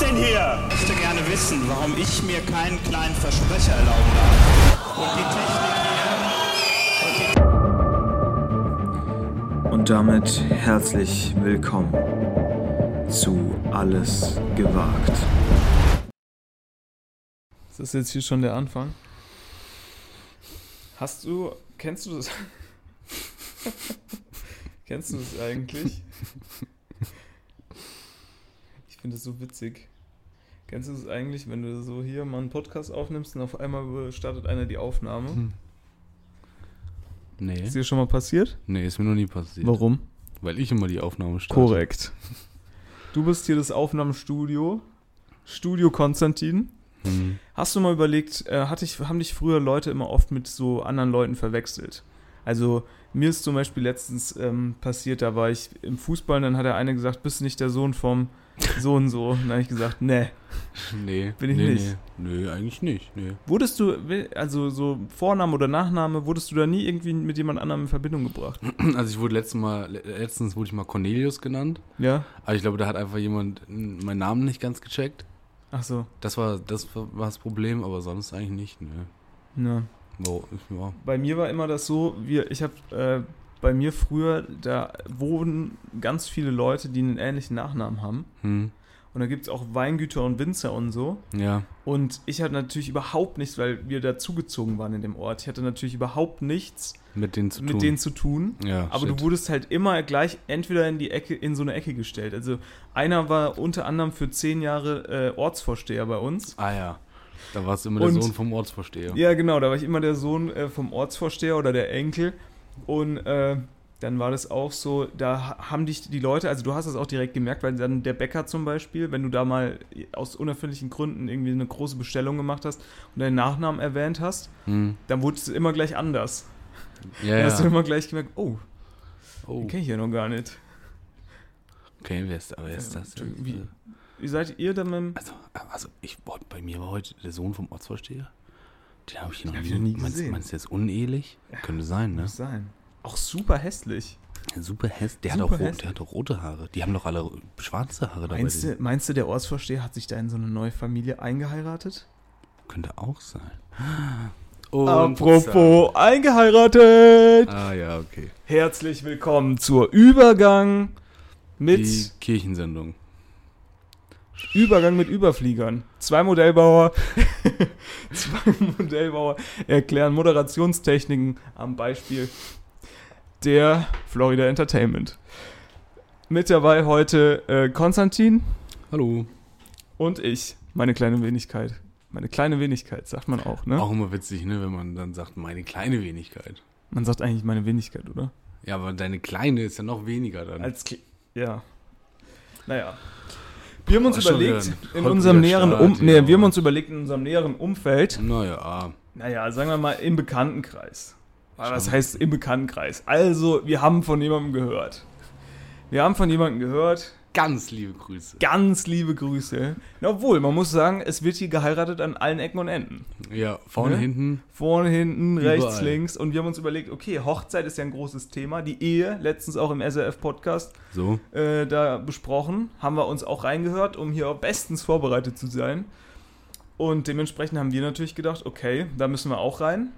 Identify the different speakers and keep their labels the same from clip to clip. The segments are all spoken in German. Speaker 1: denn hier? Ich möchte gerne wissen, warum ich mir keinen kleinen Versprecher erlauben darf. Und die Technik hier.
Speaker 2: Und damit herzlich willkommen zu Alles gewagt.
Speaker 3: Ist das jetzt hier schon der Anfang? Hast du, kennst du das? kennst du das eigentlich? Ich finde das so witzig. Kennst du das eigentlich, wenn du so hier mal einen Podcast aufnimmst und auf einmal startet einer die Aufnahme?
Speaker 4: Hm. Nee.
Speaker 3: Ist dir schon mal passiert?
Speaker 4: Nee, ist mir noch nie passiert.
Speaker 3: Warum?
Speaker 4: Weil ich immer die Aufnahme starte.
Speaker 3: Korrekt. Du bist hier das Aufnahmestudio. Studio Konstantin.
Speaker 4: Mhm.
Speaker 3: Hast du mal überlegt, äh, hatte ich, haben dich früher Leute immer oft mit so anderen Leuten verwechselt? Also mir ist zum Beispiel letztens ähm, passiert, da war ich im Fußball und dann hat der eine gesagt, bist du nicht der Sohn vom so und so? Und dann habe ich gesagt, nee.
Speaker 4: Nee.
Speaker 3: Bin ich
Speaker 4: nee,
Speaker 3: nicht.
Speaker 4: Nee. nee, eigentlich nicht. Nee.
Speaker 3: Wurdest du, will- also so Vorname oder Nachname, wurdest du da nie irgendwie mit jemand anderem in Verbindung gebracht?
Speaker 4: Also ich wurde letztes mal, le- letztens wurde ich mal Cornelius genannt,
Speaker 3: Ja?
Speaker 4: aber ich glaube, da hat einfach jemand n- meinen Namen nicht ganz gecheckt.
Speaker 3: Ach so,
Speaker 4: Das war das war war das Problem, aber sonst eigentlich nicht. Nee.
Speaker 3: ne.
Speaker 4: Wow, ich- ja.
Speaker 3: bei mir war immer das so, wir, ich habe äh, bei mir früher, da wohnen ganz viele Leute, die einen ähnlichen Nachnamen haben.
Speaker 4: Hm.
Speaker 3: Und da gibt es auch Weingüter und Winzer und so.
Speaker 4: Ja.
Speaker 3: Und ich hatte natürlich überhaupt nichts, weil wir dazugezogen waren in dem Ort. Ich hatte natürlich überhaupt nichts
Speaker 4: Mit denen zu tun.
Speaker 3: mit denen zu tun.
Speaker 4: ja,
Speaker 3: Aber
Speaker 4: shit.
Speaker 3: du wurdest halt immer gleich entweder in die Ecke, in so eine Ecke gestellt. Also einer war unter anderem für zehn Jahre äh, Ortsvorsteher bei uns.
Speaker 4: Ah ja. Da warst du immer
Speaker 3: Und-
Speaker 4: der Sohn vom Ortsvorsteher.
Speaker 3: Ja, genau, da war ich immer der Sohn äh, vom Ortsvorsteher oder der Enkel. Und äh, dann war das auch so, da ha- haben dich die Leute, also du hast das auch direkt gemerkt, weil dann der Bäcker zum Beispiel, wenn du da mal äh, aus unerfindlichen Gründen irgendwie eine große Bestellung gemacht hast und deinen Nachnamen erwähnt hast,
Speaker 4: Hm.
Speaker 3: dann wurde es immer gleich anders.
Speaker 4: Ja,
Speaker 3: Dann hast du
Speaker 4: ja.
Speaker 3: immer gleich gemerkt, oh,
Speaker 4: Oh.
Speaker 3: den kenne ich ja noch gar nicht.
Speaker 4: Okay, wer ist, aber wer ist das? denn?
Speaker 3: Wie, wie seid ihr dann mit dem...
Speaker 4: Also, also ich, boah, bei mir war heute der Sohn vom Ortsvorsteher. Den habe ich noch
Speaker 3: Den hab
Speaker 4: nie,
Speaker 3: ich noch nie
Speaker 4: meinst,
Speaker 3: gesehen.
Speaker 4: Meinst du, der ist unehelich? Könnte sein, ne?
Speaker 3: Muss sein. Auch super hässlich.
Speaker 4: Super hässlich. Der, hat
Speaker 3: Super
Speaker 4: auch rot,
Speaker 3: hässlich.
Speaker 4: der hat auch rote Haare. Die haben doch alle schwarze Haare dabei.
Speaker 3: Meinst du, meinst du, der Ortsvorsteher hat sich da in so eine neue Familie eingeheiratet?
Speaker 4: Könnte auch sein. Und
Speaker 3: Apropos eingeheiratet!
Speaker 4: Ah ja, okay.
Speaker 3: Herzlich willkommen zur Übergang mit
Speaker 4: Die Kirchensendung.
Speaker 3: Übergang mit Überfliegern. Zwei Modellbauer, zwei Modellbauer erklären Moderationstechniken am Beispiel der Florida Entertainment. Mit dabei heute äh, Konstantin
Speaker 4: Hallo.
Speaker 3: und ich, meine kleine Wenigkeit. Meine kleine Wenigkeit, sagt man auch, ne?
Speaker 4: Auch immer witzig, ne, wenn man dann sagt, meine kleine Wenigkeit.
Speaker 3: Man sagt eigentlich meine Wenigkeit, oder?
Speaker 4: Ja, aber deine kleine ist ja noch weniger dann.
Speaker 3: Als Kle- ja. Naja. Wir haben uns
Speaker 4: War schon
Speaker 3: überlegt,
Speaker 4: wieder ein
Speaker 3: in
Speaker 4: holpriger
Speaker 3: unserem näheren um
Speaker 4: Start,
Speaker 3: nee,
Speaker 4: ja.
Speaker 3: wir haben uns überlegt in unserem näheren Umfeld,
Speaker 4: naja, ah.
Speaker 3: naja, sagen wir mal im Bekanntenkreis. Aber Was
Speaker 4: Schon.
Speaker 3: heißt im Bekanntenkreis? Also, wir haben von jemandem gehört. Wir haben von jemandem gehört,
Speaker 4: ganz liebe Grüße.
Speaker 3: ganz liebe Grüße. Na, Obwohl, man muss sagen, es wird hier geheiratet an allen Ecken und Enden.
Speaker 4: Ja, vorne,
Speaker 3: Ne?
Speaker 4: hinten.
Speaker 3: Vorne, hinten, rechts,
Speaker 4: Überall.
Speaker 3: links. Und wir haben uns überlegt, okay, Hochzeit ist ja ein großes Thema. Die Ehe, letztens auch im SRF-Podcast,
Speaker 4: So.
Speaker 3: äh, da besprochen. Haben wir uns auch reingehört, um hier bestens vorbereitet zu sein. Und dementsprechend haben wir natürlich gedacht, okay, da müssen wir auch rein.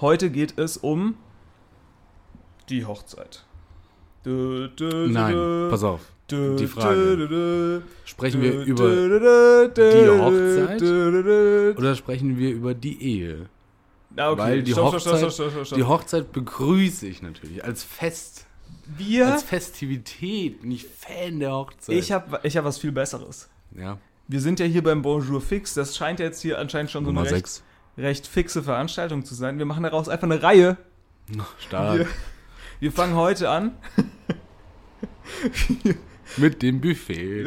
Speaker 3: Heute geht es um die Hochzeit. Dö, dö,
Speaker 4: Nein, pass auf.
Speaker 3: Also dö,
Speaker 4: die Frage.
Speaker 3: dö, dö,
Speaker 4: Sprechen wir
Speaker 3: dö,
Speaker 4: über
Speaker 3: dö, dö, dö,
Speaker 4: die Hochzeit?
Speaker 3: dö, dö, dö, dö.
Speaker 4: Oder sprechen wir über die Ehe?
Speaker 3: Na, okay.
Speaker 4: Weil die
Speaker 3: Stopp, stopp, stopp,
Speaker 4: Hochzeit,
Speaker 3: stopp, stopp, stopp, stopp.
Speaker 4: die Hochzeit begrüße ich natürlich als Fest,
Speaker 3: Wir,
Speaker 4: als Festivität, nicht Fan der Hochzeit.
Speaker 3: ich habe ich hab was viel Besseres.
Speaker 4: ja,
Speaker 3: Wir sind ja hier beim Bonjour Fix. Das scheint ja jetzt hier anscheinend schon so eine
Speaker 4: Nummer
Speaker 3: recht,
Speaker 4: 6.
Speaker 3: recht fixe Veranstaltung zu sein. Wir machen daraus einfach eine Reihe.
Speaker 4: Stark.
Speaker 3: Wir- Wir fangen heute an.
Speaker 4: Mit dem Buffet.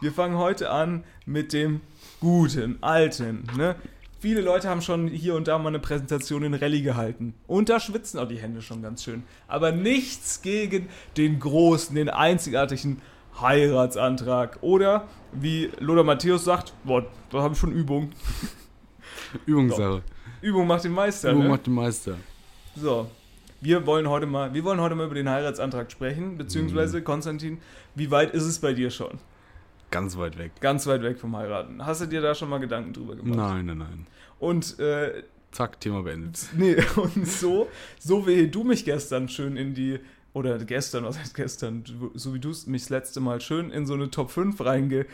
Speaker 3: Wir fangen heute an mit dem guten, alten. Ne? Viele Leute haben schon hier und da mal eine Präsentation in Rallye gehalten. Und da schwitzen auch die Hände schon ganz schön. Aber nichts gegen den großen, den einzigartigen Heiratsantrag. Oder, wie Lothar Matthäus sagt, boah, da habe ich schon Übung.
Speaker 4: Übungssache.
Speaker 3: Übung macht den Meister.
Speaker 4: Übung
Speaker 3: ne?
Speaker 4: macht den Meister.
Speaker 3: So, wir wollen heute mal, wir wollen heute mal über den Heiratsantrag sprechen, beziehungsweise Konstantin, wie weit ist es bei dir schon?
Speaker 4: ganz weit weg.
Speaker 3: Ganz weit weg vom Heiraten. Hast du dir da schon mal Gedanken drüber gemacht?
Speaker 4: Nein, nein, nein.
Speaker 3: Und äh,
Speaker 4: Zack, Thema beendet.
Speaker 3: nee, und so, so wie du mich gestern schön in die, oder gestern, was heißt gestern, Du- so wie du es mich das letzte Mal schön in so eine Top 5 reinge,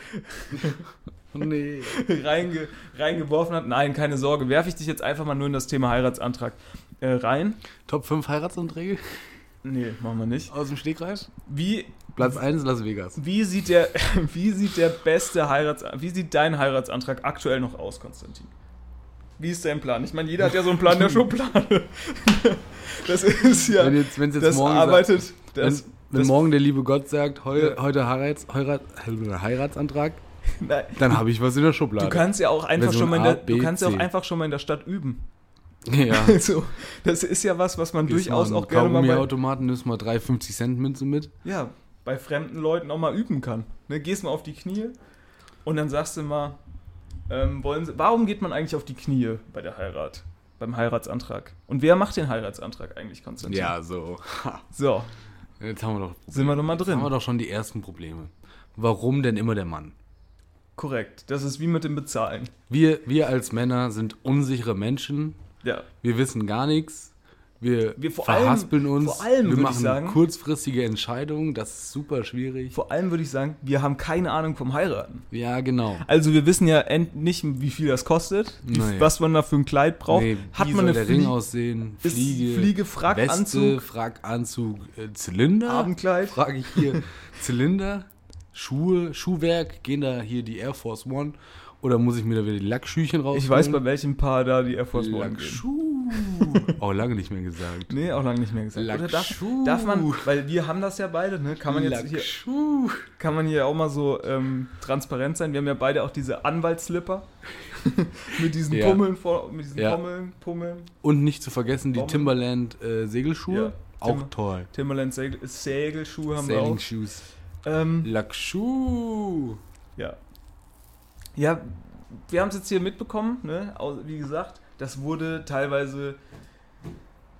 Speaker 4: Oh, Nee.
Speaker 3: reinge, reingeworfen hat. Nein, keine Sorge, werfe ich dich jetzt einfach mal nur in das Thema Heiratsantrag äh, rein.
Speaker 4: Top 5 Heiratsanträge
Speaker 3: Nee, machen wir nicht.
Speaker 4: aus dem Stegreif.
Speaker 3: Wie,
Speaker 4: Platz 1 Las Vegas.
Speaker 3: wie, sieht, der, wie sieht der beste Heirats, wie sieht dein Heiratsantrag aktuell noch aus, Konstantin? Wie ist dein Plan? Ich meine, jeder hat ja so einen Plan in der Schublade. Das ist ja.
Speaker 4: Wenn jetzt, wenn's jetzt
Speaker 3: das
Speaker 4: morgen
Speaker 3: arbeitet.
Speaker 4: Wenn,
Speaker 3: das,
Speaker 4: wenn
Speaker 3: das,
Speaker 4: morgen der liebe Gott sagt, heu,
Speaker 3: Ja.
Speaker 4: heute Heirats, Heirat, Heiratsantrag,
Speaker 3: nein,
Speaker 4: dann habe ich was in der
Speaker 3: du
Speaker 4: Schublade.
Speaker 3: kannst ja auch einfach
Speaker 4: Version
Speaker 3: schon mal in der,
Speaker 4: A, B,
Speaker 3: du kannst ja auch
Speaker 4: C.
Speaker 3: einfach schon mal in der Stadt üben.
Speaker 4: ja.
Speaker 3: Also, das ist ja was, was man durchaus auch gerne mal bei,
Speaker 4: Automaten nimmst mal drei 50 Cent Münze mit.
Speaker 3: ja, bei fremden Leuten auch mal üben kann. Ne, gehst mal auf die Knie und dann sagst du mal, ähm, wollen Sie, warum geht man eigentlich auf die Knie bei der Heirat? Beim Heiratsantrag. Und wer macht den Heiratsantrag eigentlich, Konstantin?
Speaker 4: Ja, so. Ha.
Speaker 3: So,
Speaker 4: Jetzt haben wir doch,
Speaker 3: sind wir doch mal drin.
Speaker 4: haben wir doch schon die ersten Probleme. Warum denn immer der Mann?
Speaker 3: Korrekt. Das ist wie mit dem Bezahlen.
Speaker 4: Wir, wir als Männer sind unsichere Menschen.
Speaker 3: Ja.
Speaker 4: Wir wissen gar nichts. Wir,
Speaker 3: Wir vor
Speaker 4: verhaspeln
Speaker 3: allem-
Speaker 4: uns.
Speaker 3: vor allem
Speaker 4: wir
Speaker 3: würde ich
Speaker 4: machen
Speaker 3: sagen-
Speaker 4: kurzfristige Entscheidungen. Das ist super schwierig.
Speaker 3: Vor allem würde ich sagen, wir haben keine Ahnung vom Heiraten.
Speaker 4: Ja, genau.
Speaker 3: Also wir wissen ja end nicht, wie viel das kostet, wie,
Speaker 4: Nee.
Speaker 3: was man da für ein Kleid braucht.
Speaker 4: Nee,
Speaker 3: Hat
Speaker 4: wie
Speaker 3: man
Speaker 4: soll
Speaker 3: eine
Speaker 4: der
Speaker 3: Flie
Speaker 4: Ring aussehen?
Speaker 3: ist
Speaker 4: Fliege,
Speaker 3: Fliege, Frack,
Speaker 4: Weste,
Speaker 3: Anzug?
Speaker 4: Frack, Anzug, äh, Zylinder?
Speaker 3: Abendkleid?
Speaker 4: Frage ich hier. Zylinder, Schuhe, Schuhwerk, gehen da hier die Air Force One? Oder muss ich mir da wieder die Lackschüchen raus?
Speaker 3: Ich weiß, bei welchem Paar da die Air Force One gehen.
Speaker 4: Lackschuh. oh, lange nicht mehr gesagt.
Speaker 3: Nee, auch lange nicht mehr gesagt. Oder darf,
Speaker 4: Lackschuh.
Speaker 3: darf man, weil wir haben das ja beide, ne? Kann man jetzt hier,
Speaker 4: Lackschuh.
Speaker 3: kann man hier auch mal so ähm, transparent sein. Wir haben ja beide auch diese Anwaltslipper mit diesen
Speaker 4: Ja.
Speaker 3: Pummeln, vor, mit diesen
Speaker 4: Ja.
Speaker 3: Pommeln, Pummeln.
Speaker 4: Und nicht zu vergessen die
Speaker 3: Warum?
Speaker 4: Timberland äh, Segelschuhe.
Speaker 3: Ja.
Speaker 4: Auch
Speaker 3: Timber-
Speaker 4: toll.
Speaker 3: Timberland Segel, Segelschuhe haben wir
Speaker 4: Sailing
Speaker 3: auch.
Speaker 4: Shoes.
Speaker 3: Ähm,
Speaker 4: Lackschuh.
Speaker 3: Ja. Ja, wir haben es jetzt hier mitbekommen, ne? Au- Wie gesagt, das wurde teilweise.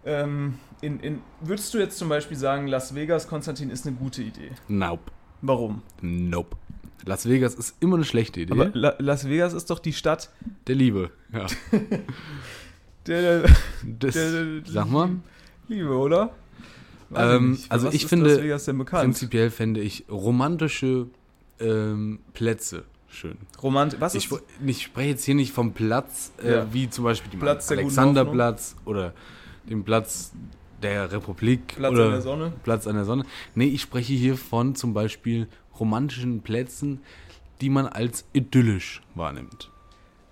Speaker 3: Ähm, in, in, würdest du jetzt zum Beispiel sagen, Las Vegas, Konstantin, ist eine gute Idee?
Speaker 4: Nope.
Speaker 3: Warum?
Speaker 4: Nope. Las Vegas ist immer eine schlechte Idee.
Speaker 3: Aber La Las Vegas ist doch die Stadt
Speaker 4: der Liebe. Ja.
Speaker 3: der,
Speaker 4: Das,
Speaker 3: Der-
Speaker 4: sag mal.
Speaker 3: Liebe, oder? Weiß
Speaker 4: Ähm,
Speaker 3: nicht. Für
Speaker 4: also
Speaker 3: was
Speaker 4: ich
Speaker 3: ist
Speaker 4: finde,
Speaker 3: Las Vegas denn bekannt?
Speaker 4: Prinzipiell fände ich romantische ähm, Plätze schön.
Speaker 3: Romant was
Speaker 4: Ich,
Speaker 3: ist
Speaker 4: wo- ich spreche jetzt hier nicht vom Platz, äh,
Speaker 3: Also Ja.
Speaker 4: wie zum Beispiel dem
Speaker 3: Platz der guten
Speaker 4: Alexanderplatz oder dem Platz der Republik
Speaker 3: Platz
Speaker 4: oder
Speaker 3: an der Sonne?
Speaker 4: Platz an der Sonne. Nee, ich spreche hier von zum Beispiel romantischen Plätzen, die man als idyllisch wahrnimmt.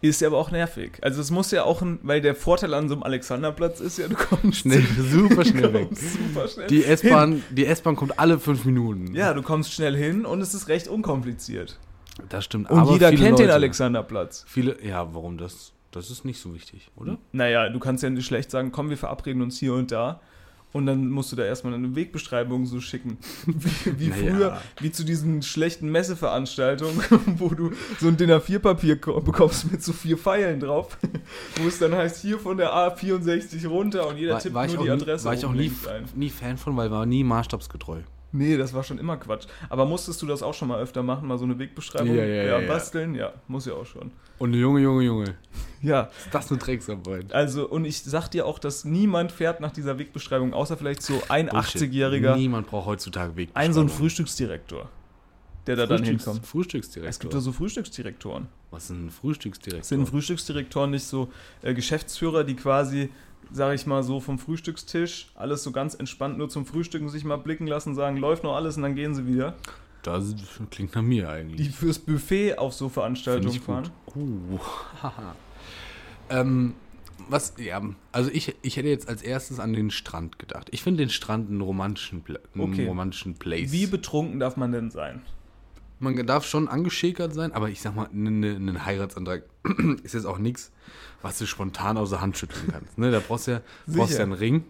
Speaker 3: Ist ja aber auch nervig. Also es muss ja auch, ein, weil der Vorteil an so einem Alexanderplatz ist ja, du kommst
Speaker 4: Schnell, super schnell weg.
Speaker 3: kommst super schnell
Speaker 4: Die S-Bahn, die S-Bahn kommt alle fünf Minuten.
Speaker 3: Ja, du kommst schnell hin und es ist recht unkompliziert.
Speaker 4: das stimmt.
Speaker 3: Und
Speaker 4: aber
Speaker 3: jeder
Speaker 4: viele
Speaker 3: kennt den
Speaker 4: Leute-
Speaker 3: Alexanderplatz.
Speaker 4: Viele, ja, warum das? Das ist nicht so wichtig, oder?
Speaker 3: Naja, du kannst ja nicht schlecht sagen, komm, wir verabreden uns hier und da. Und dann musst du da erstmal eine Wegbeschreibung so schicken. Wie, wie
Speaker 4: Naja.
Speaker 3: früher, wie zu diesen schlechten Messeveranstaltungen, wo du so ein DIN A4-Papier ko- bekommst mit so vier Pfeilen drauf. Wo es dann heißt, hier von der A64 runter und jeder
Speaker 4: War-
Speaker 3: tippt
Speaker 4: war ich
Speaker 3: nur
Speaker 4: auch
Speaker 3: die
Speaker 4: nie-
Speaker 3: Adresse
Speaker 4: War ich auch
Speaker 3: oben
Speaker 4: nie,
Speaker 3: links ein.
Speaker 4: nie Fan von, weil war nie maßstabsgetreu.
Speaker 3: Nee, das war schon immer Quatsch. Aber musstest du das auch schon mal öfter machen, mal so eine Wegbeschreibung?
Speaker 4: Ja, ja, ja, ja.
Speaker 3: Basteln? Ja, muss ja auch schon.
Speaker 4: Und Junge, Junge, Junge,
Speaker 3: Ja,
Speaker 4: ist das eine Drecksarbeit?
Speaker 3: Also, und ich sag dir auch, dass niemand fährt nach dieser Wegbeschreibung, außer vielleicht so ein
Speaker 4: Bullshit.
Speaker 3: 80-Jähriger,
Speaker 4: Niemand braucht heutzutage Weg.
Speaker 3: ein so ein Frühstücksdirektor, der da dann hinkommt.
Speaker 4: Frühstücksdirektor.
Speaker 3: Es gibt da so Frühstücksdirektoren.
Speaker 4: Was ist denn ein Frühstücksdirektor?
Speaker 3: Sind Frühstücksdirektoren nicht so äh, Geschäftsführer, die quasi, sag ich mal, so vom Frühstückstisch alles so ganz entspannt nur zum Frühstücken sich mal blicken lassen, sagen, läuft noch alles und dann gehen sie wieder.
Speaker 4: das klingt nach mir eigentlich.
Speaker 3: Die fürs Buffet auf so Veranstaltungen fahren.
Speaker 4: Uh, haha. ähm, was, ja, also ich, ich hätte jetzt als erstes an den Strand gedacht. Ich finde den Strand einen romantischen, Pla einen
Speaker 3: Okay.
Speaker 4: romantischen Place.
Speaker 3: Wie betrunken darf man denn sein?
Speaker 4: Man darf schon angeschäkert sein, aber ich sag mal, ein ne, ne Heiratsantrag ist jetzt auch nichts, was du spontan aus der Hand schütteln kannst. Ne? Da brauchst du ja, brauchst
Speaker 3: Sicher.
Speaker 4: ja einen Ring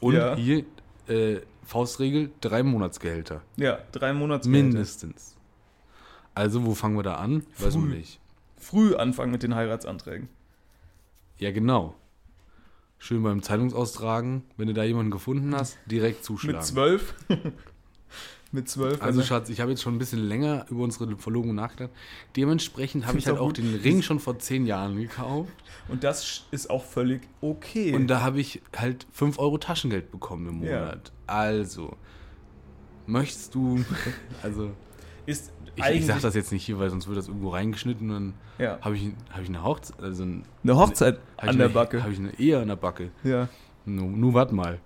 Speaker 4: und
Speaker 3: Ja.
Speaker 4: hier äh, Faustregel, drei Monatsgehälter.
Speaker 3: Ja, drei Monate.
Speaker 4: Mindestens. Also, wo fangen wir da an? Weiß man
Speaker 3: Früh.
Speaker 4: nicht.
Speaker 3: Früh anfangen mit den Heiratsanträgen.
Speaker 4: Ja, genau. Schön beim Zeitungsaustragen, wenn du da jemanden gefunden hast, direkt zuschlagen.
Speaker 3: Mit zwölf. mit zwölf. ne?
Speaker 4: Also
Speaker 3: wenn er-
Speaker 4: Schatz, ich habe jetzt schon ein bisschen länger über unsere Verlobung nachgedacht. Dementsprechend habe ich
Speaker 3: Ist
Speaker 4: halt
Speaker 3: doch
Speaker 4: auch
Speaker 3: gut.
Speaker 4: den Ring schon vor zehn Jahren gekauft.
Speaker 3: und das sch- ist auch völlig okay.
Speaker 4: Und da habe ich halt 5 Euro Taschengeld bekommen im
Speaker 3: Ja.
Speaker 4: Monat. Also, möchtest du. Also,
Speaker 3: ist
Speaker 4: ich,
Speaker 3: eigentlich
Speaker 4: ich sage das jetzt nicht hier, weil sonst wird das irgendwo reingeschnitten und dann
Speaker 3: Ja.
Speaker 4: habe ich, hab ich eine Hochzeit. Also ein,
Speaker 3: eine Hochzeit
Speaker 4: hab ich
Speaker 3: an der
Speaker 4: eine-
Speaker 3: Backe.
Speaker 4: Habe ich eine Ehe an der Backe.
Speaker 3: ja.
Speaker 4: Nu, nu wart mal.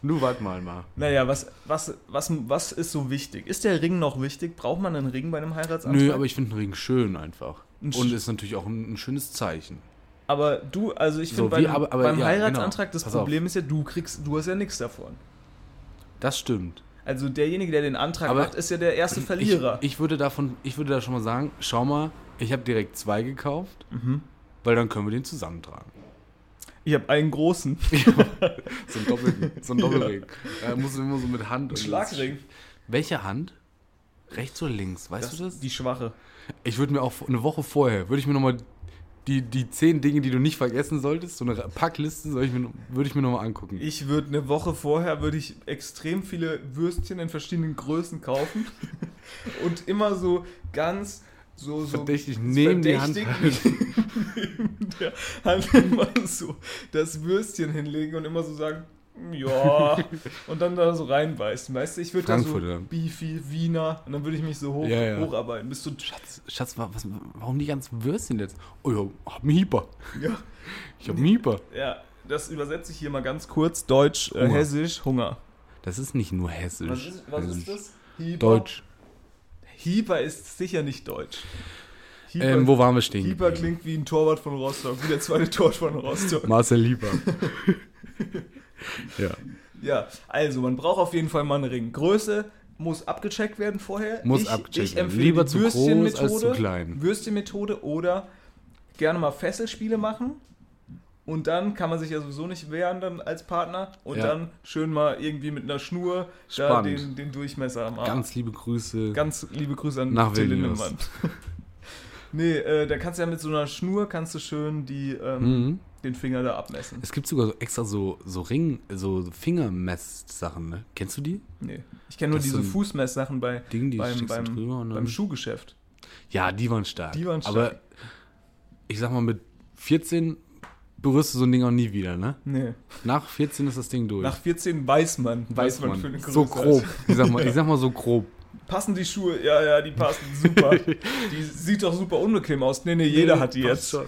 Speaker 4: nu wart mal mal.
Speaker 3: Naja, was, was, was, was ist so wichtig? Ist der Ring noch wichtig? Braucht man einen Ring bei einem Heiratsantrag?
Speaker 4: Nö, aber ich finde einen Ring schön einfach.
Speaker 3: Ein
Speaker 4: und
Speaker 3: sch-
Speaker 4: ist natürlich auch ein, ein schönes Zeichen.
Speaker 3: Aber du, also ich
Speaker 4: So,
Speaker 3: finde,
Speaker 4: wie-
Speaker 3: beim,
Speaker 4: aber- aber
Speaker 3: beim
Speaker 4: ja,
Speaker 3: Heiratsantrag
Speaker 4: genau.
Speaker 3: das
Speaker 4: Pass auf.
Speaker 3: Problem ist ja, du kriegst, du hast ja nichts davon.
Speaker 4: Das stimmt.
Speaker 3: Also derjenige, der den Antrag
Speaker 4: Aber
Speaker 3: macht, ist ja der erste Verlierer.
Speaker 4: Ich, ich würde davon, ich würde da schon mal sagen, schau mal, ich habe direkt zwei gekauft,
Speaker 3: Mhm.
Speaker 4: weil dann können wir den zusammentragen.
Speaker 3: Ich habe einen großen
Speaker 4: So ein Doppelring. so ein Doppelring. Äh, muss immer so mit Hand. und-
Speaker 3: Schlagring.
Speaker 4: Welche Hand? Rechts oder links? Weißt du das?
Speaker 3: Die schwache.
Speaker 4: Ich würde mir auch vor- eine Woche vorher, würde ich mir nochmal die, die zehn Dinge, die du nicht vergessen solltest, so eine Packliste, soll ich mir, würde ich mir nochmal angucken.
Speaker 3: Ich würde eine Woche vorher würde ich extrem viele Würstchen in verschiedenen Größen kaufen und immer so ganz so so
Speaker 4: Verdächtig neben die Hand
Speaker 3: neben der Hand Halt immer so das Würstchen hinlegen und immer so sagen ja und dann da so reinbeißen, weißt du? Ich würde da so
Speaker 4: Frankfurter.
Speaker 3: Beefy Wiener und dann würde ich mich so hoch,
Speaker 4: Ja, ja.
Speaker 3: hocharbeiten bis zu
Speaker 4: Schatz, Schatz, wa- was, warum die ganzen Würstchen jetzt? Oh ja, hab einen Hieper.
Speaker 3: ja,
Speaker 4: Ich hab einen Hieper.
Speaker 3: ja, das übersetze ich hier mal ganz kurz Deutsch, äh,
Speaker 4: Hunger.
Speaker 3: Hessisch, Hunger.
Speaker 4: Das ist nicht nur hessisch. Äh,
Speaker 3: Was ist, was ist das? Hieber?
Speaker 4: Deutsch.
Speaker 3: Hieber ist sicher nicht deutsch. Hieber,
Speaker 4: Ähm, wo waren wir stehen?
Speaker 3: Hieber
Speaker 4: geblieben?
Speaker 3: klingt wie ein Torwart von Rostock, wie der zweite Torwart von Rostock.
Speaker 4: Marcel Lieber. ja.
Speaker 3: Ja, also man braucht auf jeden Fall mal einen Ring. Größe muss abgecheckt werden vorher.
Speaker 4: Muss
Speaker 3: ich,
Speaker 4: abgecheckt
Speaker 3: ich
Speaker 4: werden.
Speaker 3: empfehle
Speaker 4: Lieber
Speaker 3: die
Speaker 4: zu groß als zu
Speaker 3: Würstchenmethode-
Speaker 4: klein.
Speaker 3: Würstchenmethode oder gerne mal Fesselspiele machen. Und dann kann man sich ja sowieso nicht wehren dann als Partner. Und
Speaker 4: Ja.
Speaker 3: dann schön mal irgendwie mit einer Schnur da
Speaker 4: Spannend.
Speaker 3: den, den Durchmesser am Arm.
Speaker 4: Ganz liebe Grüße.
Speaker 3: Ah. Ganz liebe Grüße an
Speaker 4: Nach
Speaker 3: Till
Speaker 4: Vilnius.
Speaker 3: Lindemann. nee, äh, da kannst du ja mit so einer Schnur kannst du schön die, ähm,
Speaker 4: mhm.
Speaker 3: den Finger da abmessen.
Speaker 4: Es gibt sogar so extra so, so Ring, so Fingermess-Sachen, ne? Kennst du die?
Speaker 3: Nee. Ich kenne nur
Speaker 4: Das
Speaker 3: diese
Speaker 4: sind
Speaker 3: Fußmesssachen bei
Speaker 4: Dinge, die
Speaker 3: beim,
Speaker 4: steckst du
Speaker 3: beim,
Speaker 4: drüber ne? und dann-
Speaker 3: beim Schuhgeschäft.
Speaker 4: Ja, die waren stark.
Speaker 3: Die waren stark.
Speaker 4: Aber ich sag mal, mit 14 berührst du so ein Ding auch nie wieder, ne?
Speaker 3: Nee.
Speaker 4: Nach 14 ist das Ding durch.
Speaker 3: Nach 14 weiß man,
Speaker 4: Weiß man.
Speaker 3: für eine Größe
Speaker 4: so
Speaker 3: ist.
Speaker 4: grob. Ich sag, mal, ich sag mal so grob.
Speaker 3: Passen die Schuhe? Ja, ja, die passen super. die sieht doch super unbequem aus. Nee, nee, jeder hat die
Speaker 4: passt
Speaker 3: jetzt.
Speaker 4: schon.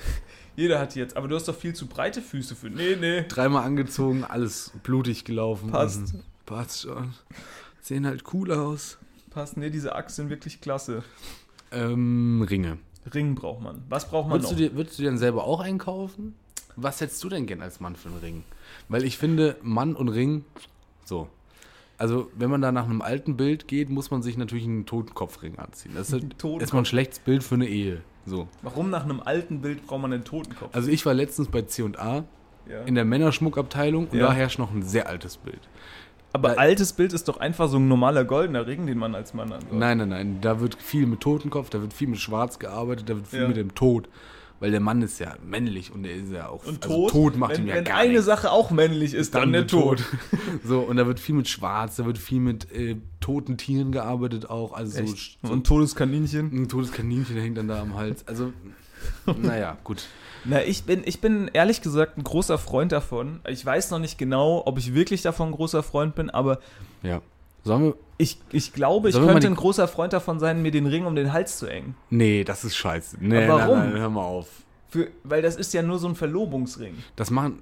Speaker 3: Jeder hat die jetzt. Aber du hast doch viel zu breite Füße für. Nee, nee.
Speaker 4: Dreimal angezogen, alles blutig gelaufen.
Speaker 3: Passt.
Speaker 4: Mhm. Passt schon. Sehen halt cool aus.
Speaker 3: Passen. Nee, diese Achseln wirklich klasse.
Speaker 4: Ähm, Ringe.
Speaker 3: Ring braucht man. Was braucht man
Speaker 4: Würdest du,
Speaker 3: noch?
Speaker 4: dir, würdest du dir dann selber auch einkaufen? Was hättest du denn gern als Mann für einen Ring? Weil ich finde, Mann und Ring, so. Also, wenn man da nach einem alten Bild geht, muss man sich natürlich einen Totenkopfring anziehen. Das ist, halt,
Speaker 3: Totenkopf.
Speaker 4: ist mal ein schlechtes Bild für eine Ehe. So.
Speaker 3: Warum nach einem alten Bild braucht man einen Totenkopf?
Speaker 4: Also, ich war letztens bei C&A
Speaker 3: Ja.
Speaker 4: Also in der Männerschmuckabteilung und
Speaker 3: Ja.
Speaker 4: da herrscht noch ein sehr altes Bild.
Speaker 3: Aber
Speaker 4: Weil-
Speaker 3: altes Bild ist doch einfach so ein normaler goldener Ring, den man als Mann anläuft.
Speaker 4: Nein, nein, nein. Da wird viel mit Totenkopf, da wird viel mit Schwarz gearbeitet, da wird viel
Speaker 3: Ja.
Speaker 4: mit dem Tod. Weil der Mann ist ja männlich und er ist ja auch.
Speaker 3: Und
Speaker 4: also
Speaker 3: tot,
Speaker 4: macht
Speaker 3: wenn,
Speaker 4: ihm ja
Speaker 3: wenn
Speaker 4: gar
Speaker 3: eine
Speaker 4: nichts.
Speaker 3: Sache auch männlich ist, dann, der
Speaker 4: mit
Speaker 3: Tod.
Speaker 4: so, und da wird viel mit Schwarz, da wird viel mit äh, toten Tieren gearbeitet auch. Also so,
Speaker 3: Echt? Hm.
Speaker 4: sch-
Speaker 3: So
Speaker 4: so
Speaker 3: ein
Speaker 4: ein,
Speaker 3: totes Kaninchen.
Speaker 4: ein totes Kaninchen hängt dann da am Hals. Also, naja, gut.
Speaker 3: Na, ich bin, ich bin ehrlich gesagt ein großer Freund davon. Ich weiß noch nicht genau, ob ich wirklich davon ein großer Freund bin, aber
Speaker 4: Ja. Sollen wir.
Speaker 3: ich, ich glaube, ich
Speaker 4: Sollen wir mal
Speaker 3: könnte
Speaker 4: die-
Speaker 3: ein großer Freund davon sein, mir den Ring um den Hals zu engen.
Speaker 4: Nee, das ist scheiße. Nee,
Speaker 3: Aber warum?
Speaker 4: Nein, nein, hör mal auf.
Speaker 3: Für, weil das ist ja nur so ein Verlobungsring.
Speaker 4: Das machen.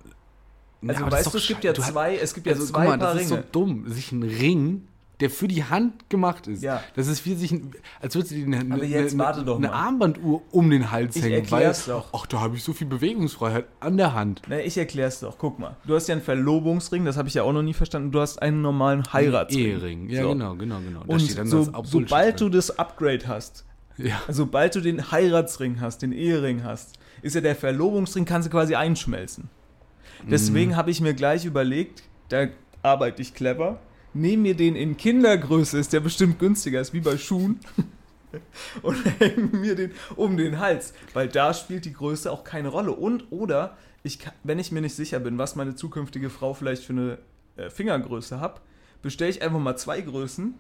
Speaker 4: Nee,
Speaker 3: Also
Speaker 4: aber das
Speaker 3: weißt
Speaker 4: ist
Speaker 3: du,
Speaker 4: doch
Speaker 3: es gibt
Speaker 4: schei-
Speaker 3: ja
Speaker 4: du hast-
Speaker 3: zwei, es gibt ja
Speaker 4: Also,
Speaker 3: zwei
Speaker 4: guck mal,
Speaker 3: Paar
Speaker 4: das ist
Speaker 3: Ringe.
Speaker 4: so dumm, sich ein Ring, der für die Hand gemacht ist.
Speaker 3: Ja.
Speaker 4: Das ist wie sich, ein, als würdest du dir eine,
Speaker 3: Aber jetzt
Speaker 4: eine,
Speaker 3: warte doch
Speaker 4: eine
Speaker 3: mal.
Speaker 4: Armbanduhr um den Hals
Speaker 3: Ich
Speaker 4: hängen,
Speaker 3: erklär's doch.
Speaker 4: ach, da habe ich so viel Bewegungsfreiheit an der Hand.
Speaker 3: Na, ich erklär's doch. Guck mal. Du hast ja einen Verlobungsring, das habe ich ja auch noch nie verstanden. Du hast einen normalen Heiratsring.
Speaker 4: Ehering. Ja,
Speaker 3: So.
Speaker 4: genau, genau, genau. Da
Speaker 3: Und
Speaker 4: steht dann
Speaker 3: so,
Speaker 4: das Ab-
Speaker 3: sobald du
Speaker 4: Bullshit
Speaker 3: das Upgrade hast,
Speaker 4: drin. Ja.
Speaker 3: Also, sobald du den Heiratsring hast, den Ehering hast, ist ja der Verlobungsring, kannst du quasi einschmelzen. Deswegen habe ich mir gleich überlegt, da arbeite ich clever, nehme mir den in Kindergröße, ist der bestimmt günstiger, ist wie bei Schuhen, und hänge mir den um den Hals, weil da spielt die Größe auch keine Rolle. Und oder, ich, ka- wenn ich mir nicht sicher bin, was meine zukünftige Frau vielleicht für eine äh, Fingergröße hat, bestelle ich einfach mal zwei Größen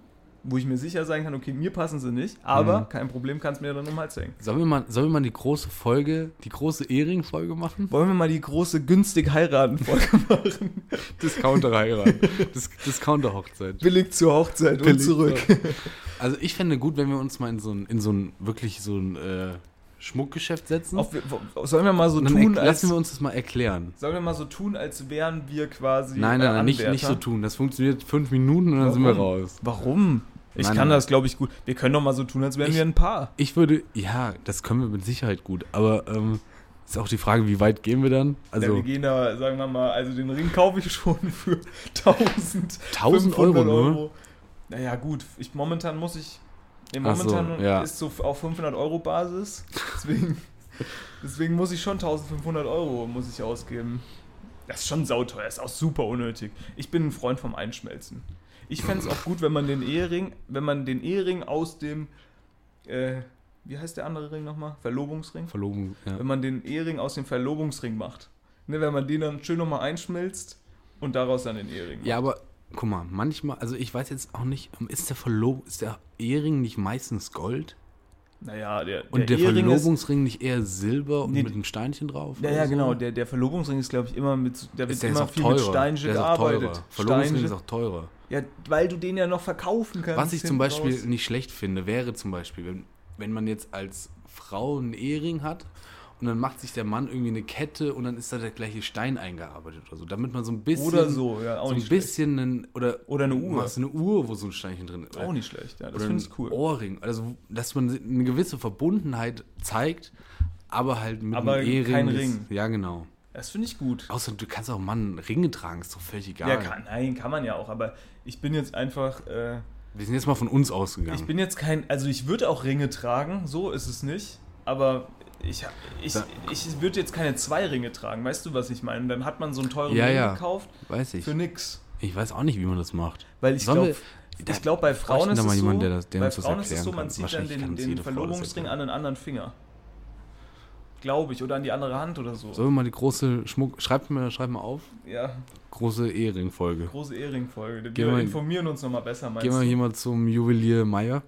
Speaker 3: wo ich mir sicher sein kann, okay, mir passen sie nicht, aber
Speaker 4: Mhm.
Speaker 3: kein Problem, kannst mir dann um den Hals hängen.
Speaker 4: Sollen wir mal, sollen wir mal die große Folge, die große Ehring-Folge machen?
Speaker 3: Wollen wir mal die große günstig heiraten Folge machen?
Speaker 4: Discounter heiraten. Dis Discounter-Hochzeit.
Speaker 3: Billig zur Hochzeit und zurück.
Speaker 4: Also ich fände gut, wenn wir uns mal in so ein, in so ein wirklich so ein äh, Schmuckgeschäft setzen.
Speaker 3: Auf, wo- sollen wir mal so
Speaker 4: und dann
Speaker 3: tun,
Speaker 4: erk-
Speaker 3: als
Speaker 4: lassen wir uns das mal erklären.
Speaker 3: sollen wir mal so tun, als wären wir quasi
Speaker 4: Nein,
Speaker 3: äh,
Speaker 4: nein, nein nicht, nicht
Speaker 3: Anwärter?
Speaker 4: so tun. Das funktioniert fünf Minuten und dann sind wir
Speaker 3: Warum?
Speaker 4: raus.
Speaker 3: Warum? Ich
Speaker 4: Nein,
Speaker 3: kann
Speaker 4: nein.
Speaker 3: das, glaube ich, gut. Wir können doch mal so tun, als wären
Speaker 4: Ich-
Speaker 3: wir ein Paar.
Speaker 4: Ich würde, ja, das können wir mit Sicherheit gut, aber ähm, ist auch die Frage, wie weit gehen wir dann?
Speaker 3: Also,
Speaker 4: Also
Speaker 3: wir gehen da, sagen wir mal, also den Ring kaufe ich schon für 1000,
Speaker 4: 1000 Euro, ne?
Speaker 3: 500
Speaker 4: nur?
Speaker 3: Naja, gut. Ich, momentan muss ich. Nee,
Speaker 4: Ach so,
Speaker 3: momentan
Speaker 4: ja.
Speaker 3: ist so auf 500 Euro Basis. Deswegen, deswegen muss ich schon 1500 Euro muss ich ausgeben. Das ist schon sauteuer, ist auch super unnötig. Ich bin ein Freund vom Einschmelzen. Ich fände es auch gut, wenn man den Ehering, wenn man den Ehering aus dem, äh, wie heißt der andere Ring nochmal? Verlobungsring?
Speaker 4: Verlobung, ja.
Speaker 3: wenn man den Ehering aus dem Verlobungsring macht. Ne, wenn man den dann schön nochmal einschmilzt und daraus dann den Ehering macht.
Speaker 4: Ja, aber guck mal, manchmal, also ich weiß jetzt auch nicht, ähm, ist der Verlob, ist der Ehering nicht meistens Gold?
Speaker 3: Naja, der,
Speaker 4: Und der,
Speaker 3: Ehering ist-
Speaker 4: Verlobungsring nicht eher Silber und
Speaker 3: Nee,
Speaker 4: mit einem Steinchen drauf?
Speaker 3: Ja,
Speaker 4: oder
Speaker 3: ja,
Speaker 4: so?
Speaker 3: genau. Der, der Verlobungsring ist, glaube ich, immer mit, so- der wird
Speaker 4: Ist der ist
Speaker 3: immer
Speaker 4: auch
Speaker 3: viel
Speaker 4: teurer.
Speaker 3: mit Steinchen
Speaker 4: der ist auch teurer.
Speaker 3: gearbeitet.
Speaker 4: Verlobungsring
Speaker 3: Steinchen-
Speaker 4: ist auch teurer.
Speaker 3: ja, weil du den ja noch verkaufen kannst.
Speaker 4: Was ich zum
Speaker 3: hinten
Speaker 4: Beispiel
Speaker 3: raus.
Speaker 4: nicht schlecht finde, wäre zum Beispiel, wenn, wenn man jetzt als Frau einen Ehering hat und dann macht sich der Mann irgendwie eine Kette und dann ist da der gleiche Stein eingearbeitet oder so, damit man so ein bisschen
Speaker 3: Oder so, ja, auch
Speaker 4: so ein
Speaker 3: nicht schlecht.
Speaker 4: bisschen einen, oder
Speaker 3: Oder eine Uhr.
Speaker 4: machst eine Uhr, wo so ein Steinchen drin ist.
Speaker 3: Auch nicht schlecht, ja. Das
Speaker 4: Oder
Speaker 3: finde
Speaker 4: ein
Speaker 3: ich cool.
Speaker 4: Ohrring, also dass man eine gewisse Verbundenheit zeigt, aber halt mit
Speaker 3: Aber
Speaker 4: einem Ehering.
Speaker 3: kein
Speaker 4: ist-
Speaker 3: Ring.
Speaker 4: Ja, genau.
Speaker 3: Das finde ich gut.
Speaker 4: Außer du kannst auch Mann Ringe tragen, ist doch völlig egal.
Speaker 3: Ja, kann, nein, kann man ja auch, aber ich bin jetzt einfach. Äh,
Speaker 4: Wir sind jetzt mal von uns ausgegangen.
Speaker 3: Ich bin jetzt kein, also ich würde auch Ringe tragen, so ist es nicht, aber ich, ich,
Speaker 4: Da-
Speaker 3: ich würde jetzt keine zwei Ringe tragen, weißt du, was ich meine? Dann hat man so einen teuren
Speaker 4: Ja,
Speaker 3: Ring
Speaker 4: ja.
Speaker 3: gekauft
Speaker 4: weiß ich.
Speaker 3: für nix.
Speaker 4: Ich weiß auch nicht, wie man das macht.
Speaker 3: Weil ich
Speaker 4: Sollen
Speaker 3: glaube,
Speaker 4: wir-
Speaker 3: ich glaube, bei Frauen ist
Speaker 4: da
Speaker 3: es
Speaker 4: mal
Speaker 3: so,
Speaker 4: jemand, der das- der
Speaker 3: bei
Speaker 4: uns das
Speaker 3: Frauen ist es
Speaker 4: erklären
Speaker 3: so, man
Speaker 4: kann.
Speaker 3: zieht dann
Speaker 4: Wahrscheinlich kann
Speaker 3: den,
Speaker 4: uns
Speaker 3: den
Speaker 4: jede Frau das
Speaker 3: Verlobungsring an
Speaker 4: erklären.
Speaker 3: den anderen Finger. Glaube ich, oder an die andere Hand oder so.
Speaker 4: Sollen wir mal die große Schmuck. Schreibt mir, schreibt mal auf.
Speaker 3: Ja,
Speaker 4: Große Ehering-Folge.
Speaker 3: große Ehringfolge. Wir
Speaker 4: Gehen wir-
Speaker 3: informieren uns nochmal besser, meinst
Speaker 4: Gehen wir
Speaker 3: du?
Speaker 4: hier mal zum Juwelier Meier.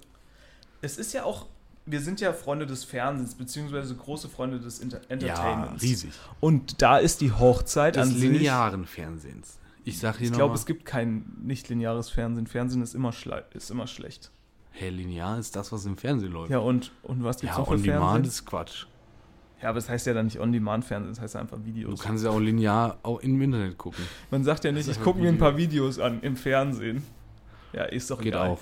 Speaker 3: Es ist ja auch, wir sind ja Freunde des Fernsehens, beziehungsweise große Freunde des Inter Entertainments. Und da ist die Hochzeit
Speaker 4: Des
Speaker 3: an sich.
Speaker 4: linearen Fernsehens. Ich sag hier
Speaker 3: Ich
Speaker 4: nochmal.
Speaker 3: glaube, es gibt kein nicht lineares Fernsehen. Fernsehen ist immer, schle- ist immer schlecht.
Speaker 4: Hey, linear ist das, was im Fernsehen läuft.
Speaker 3: Ja, und, und was gibt
Speaker 4: Ja,
Speaker 3: es noch für
Speaker 4: On Demand
Speaker 3: Fernsehen?
Speaker 4: ist Quatsch.
Speaker 3: Ja, aber es heißt ja dann nicht On-Demand-Fernsehen, es heißt einfach
Speaker 4: Du
Speaker 3: Videos.
Speaker 4: kannst ja auch linear auch im Internet gucken.
Speaker 3: Man sagt ja nicht,
Speaker 4: Das ist
Speaker 3: ich
Speaker 4: einfach
Speaker 3: gucke mir ein paar Videos an im Fernsehen. Ja, ist doch
Speaker 4: Geht
Speaker 3: egal.
Speaker 4: auch.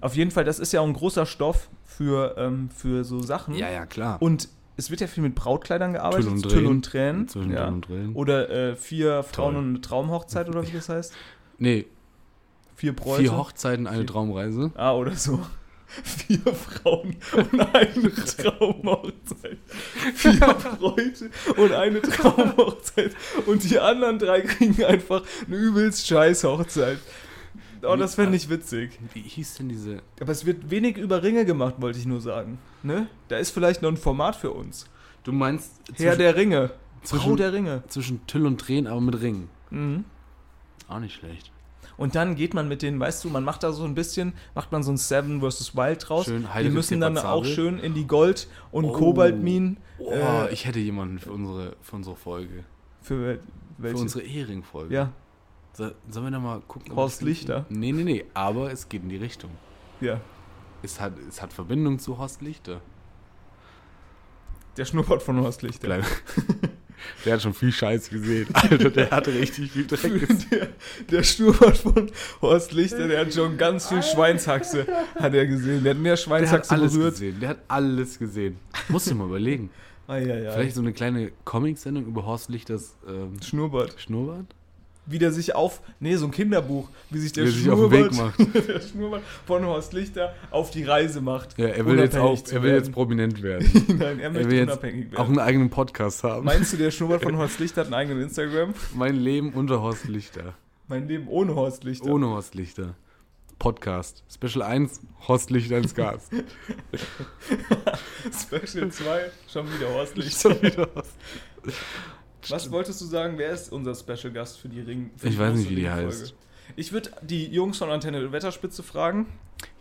Speaker 3: Auf jeden Fall, das ist ja auch ein großer Stoff für, ähm, für so Sachen.
Speaker 4: Ja, ja, klar.
Speaker 3: Und es wird ja viel mit Brautkleidern gearbeitet,
Speaker 4: Tüll und
Speaker 3: Tüll
Speaker 4: Drehen.
Speaker 3: und Tränen.
Speaker 4: Zwischen
Speaker 3: ja.
Speaker 4: ja. und Drillen.
Speaker 3: Oder äh, vier Frauen
Speaker 4: Toll.
Speaker 3: und eine Traumhochzeit oder wie das heißt.
Speaker 4: Nee,
Speaker 3: Vier Bräute.
Speaker 4: vier Hochzeiten, eine
Speaker 3: Vier-
Speaker 4: Traumreise.
Speaker 3: ah, oder so. Vier Frauen und eine Traumhochzeit. Vier Bräute und eine Traumhochzeit. Und die anderen drei kriegen einfach eine übelst scheiß Hochzeit. Oh, das fände ich witzig.
Speaker 4: Wie hieß denn diese?
Speaker 3: Aber es wird wenig über Ringe gemacht, wollte ich nur sagen. Ne? Da ist vielleicht noch ein Format für uns.
Speaker 4: Du meinst
Speaker 3: Herr
Speaker 4: zwischen,
Speaker 3: der Ringe. Frau
Speaker 4: zwischen-
Speaker 3: der Ringe.
Speaker 4: zwischen Tüll und Drehen, aber mit Ringen.
Speaker 3: Mhm.
Speaker 4: Auch nicht schlecht.
Speaker 3: Und dann geht man mit denen, weißt du, man macht da so ein bisschen, macht man so ein Seven vs. Wild draus.
Speaker 4: Schön
Speaker 3: die
Speaker 4: Heidegger
Speaker 3: müssen dann
Speaker 4: Teppazabel.
Speaker 3: auch schön in die Gold- und
Speaker 4: Oh.
Speaker 3: Kobaltminen.
Speaker 4: Oh,
Speaker 3: äh,
Speaker 4: ich hätte jemanden für unsere, für unsere Folge.
Speaker 3: für welche?
Speaker 4: Für unsere Ehering-Folge.
Speaker 3: ja,
Speaker 4: So, sollen wir da mal gucken? ob
Speaker 3: Horst
Speaker 4: wir-
Speaker 3: Lichter.
Speaker 4: Nee, nee, nee. Aber es geht in die Richtung.
Speaker 3: ja.
Speaker 4: Es hat, es hat Verbindung zu Horst Lichter.
Speaker 3: Der Schnurrbart von Horst Lichter.
Speaker 4: Bleib. Der hat schon viel Scheiß gesehen. Alter, der hatte richtig viel Dreck. gesehen.
Speaker 3: Der, der Schnurrbart von Horst Lichter, der hat schon ganz viel Schweinshaxe, hat er gesehen. Der hat mehr
Speaker 4: Der hat
Speaker 3: Schweinshaxe
Speaker 4: alles
Speaker 3: berührt.
Speaker 4: gesehen. Der hat alles gesehen. Musst du mal überlegen.
Speaker 3: Ah, ja, ja.
Speaker 4: Vielleicht so eine kleine Comic-Sendung über Horst Lichters ähm,
Speaker 3: Schnurrbart.
Speaker 4: Schnurrbart?
Speaker 3: Wie der sich auf, nee, so ein Kinderbuch, wie sich der,
Speaker 4: Der sich auf den Weg
Speaker 3: Schnurrbart, der Schnurrbart von Horst Lichter auf die Reise macht.
Speaker 4: Ja, er will jetzt auch,
Speaker 3: unabhängig zu
Speaker 4: er will
Speaker 3: werden.
Speaker 4: jetzt prominent werden.
Speaker 3: Nein, er
Speaker 4: er
Speaker 3: möchte
Speaker 4: will jetzt
Speaker 3: unabhängig
Speaker 4: auch
Speaker 3: werden.
Speaker 4: einen eigenen Podcast haben. Mein,
Speaker 3: Meinst du, der Schnurrbart von Horst Lichter hat einen eigenen Instagram?
Speaker 4: Leben unter Horst Lichter.
Speaker 3: Mein Leben ohne Horst Lichter.
Speaker 4: Ohne Horst Lichter. Podcast. Special 1, Horst Lichter als Gast.
Speaker 3: Special 2, schon wieder Horst Lichter.
Speaker 4: Schon wieder Horst.
Speaker 3: Was wolltest du sagen? Wer ist unser Special Gast für die Ring? Für
Speaker 4: Ich
Speaker 3: die
Speaker 4: weiß
Speaker 3: große
Speaker 4: nicht, wie die
Speaker 3: Ringfolge?
Speaker 4: heißt.
Speaker 3: Ich würde die Jungs von Antenne Wetterspitze fragen.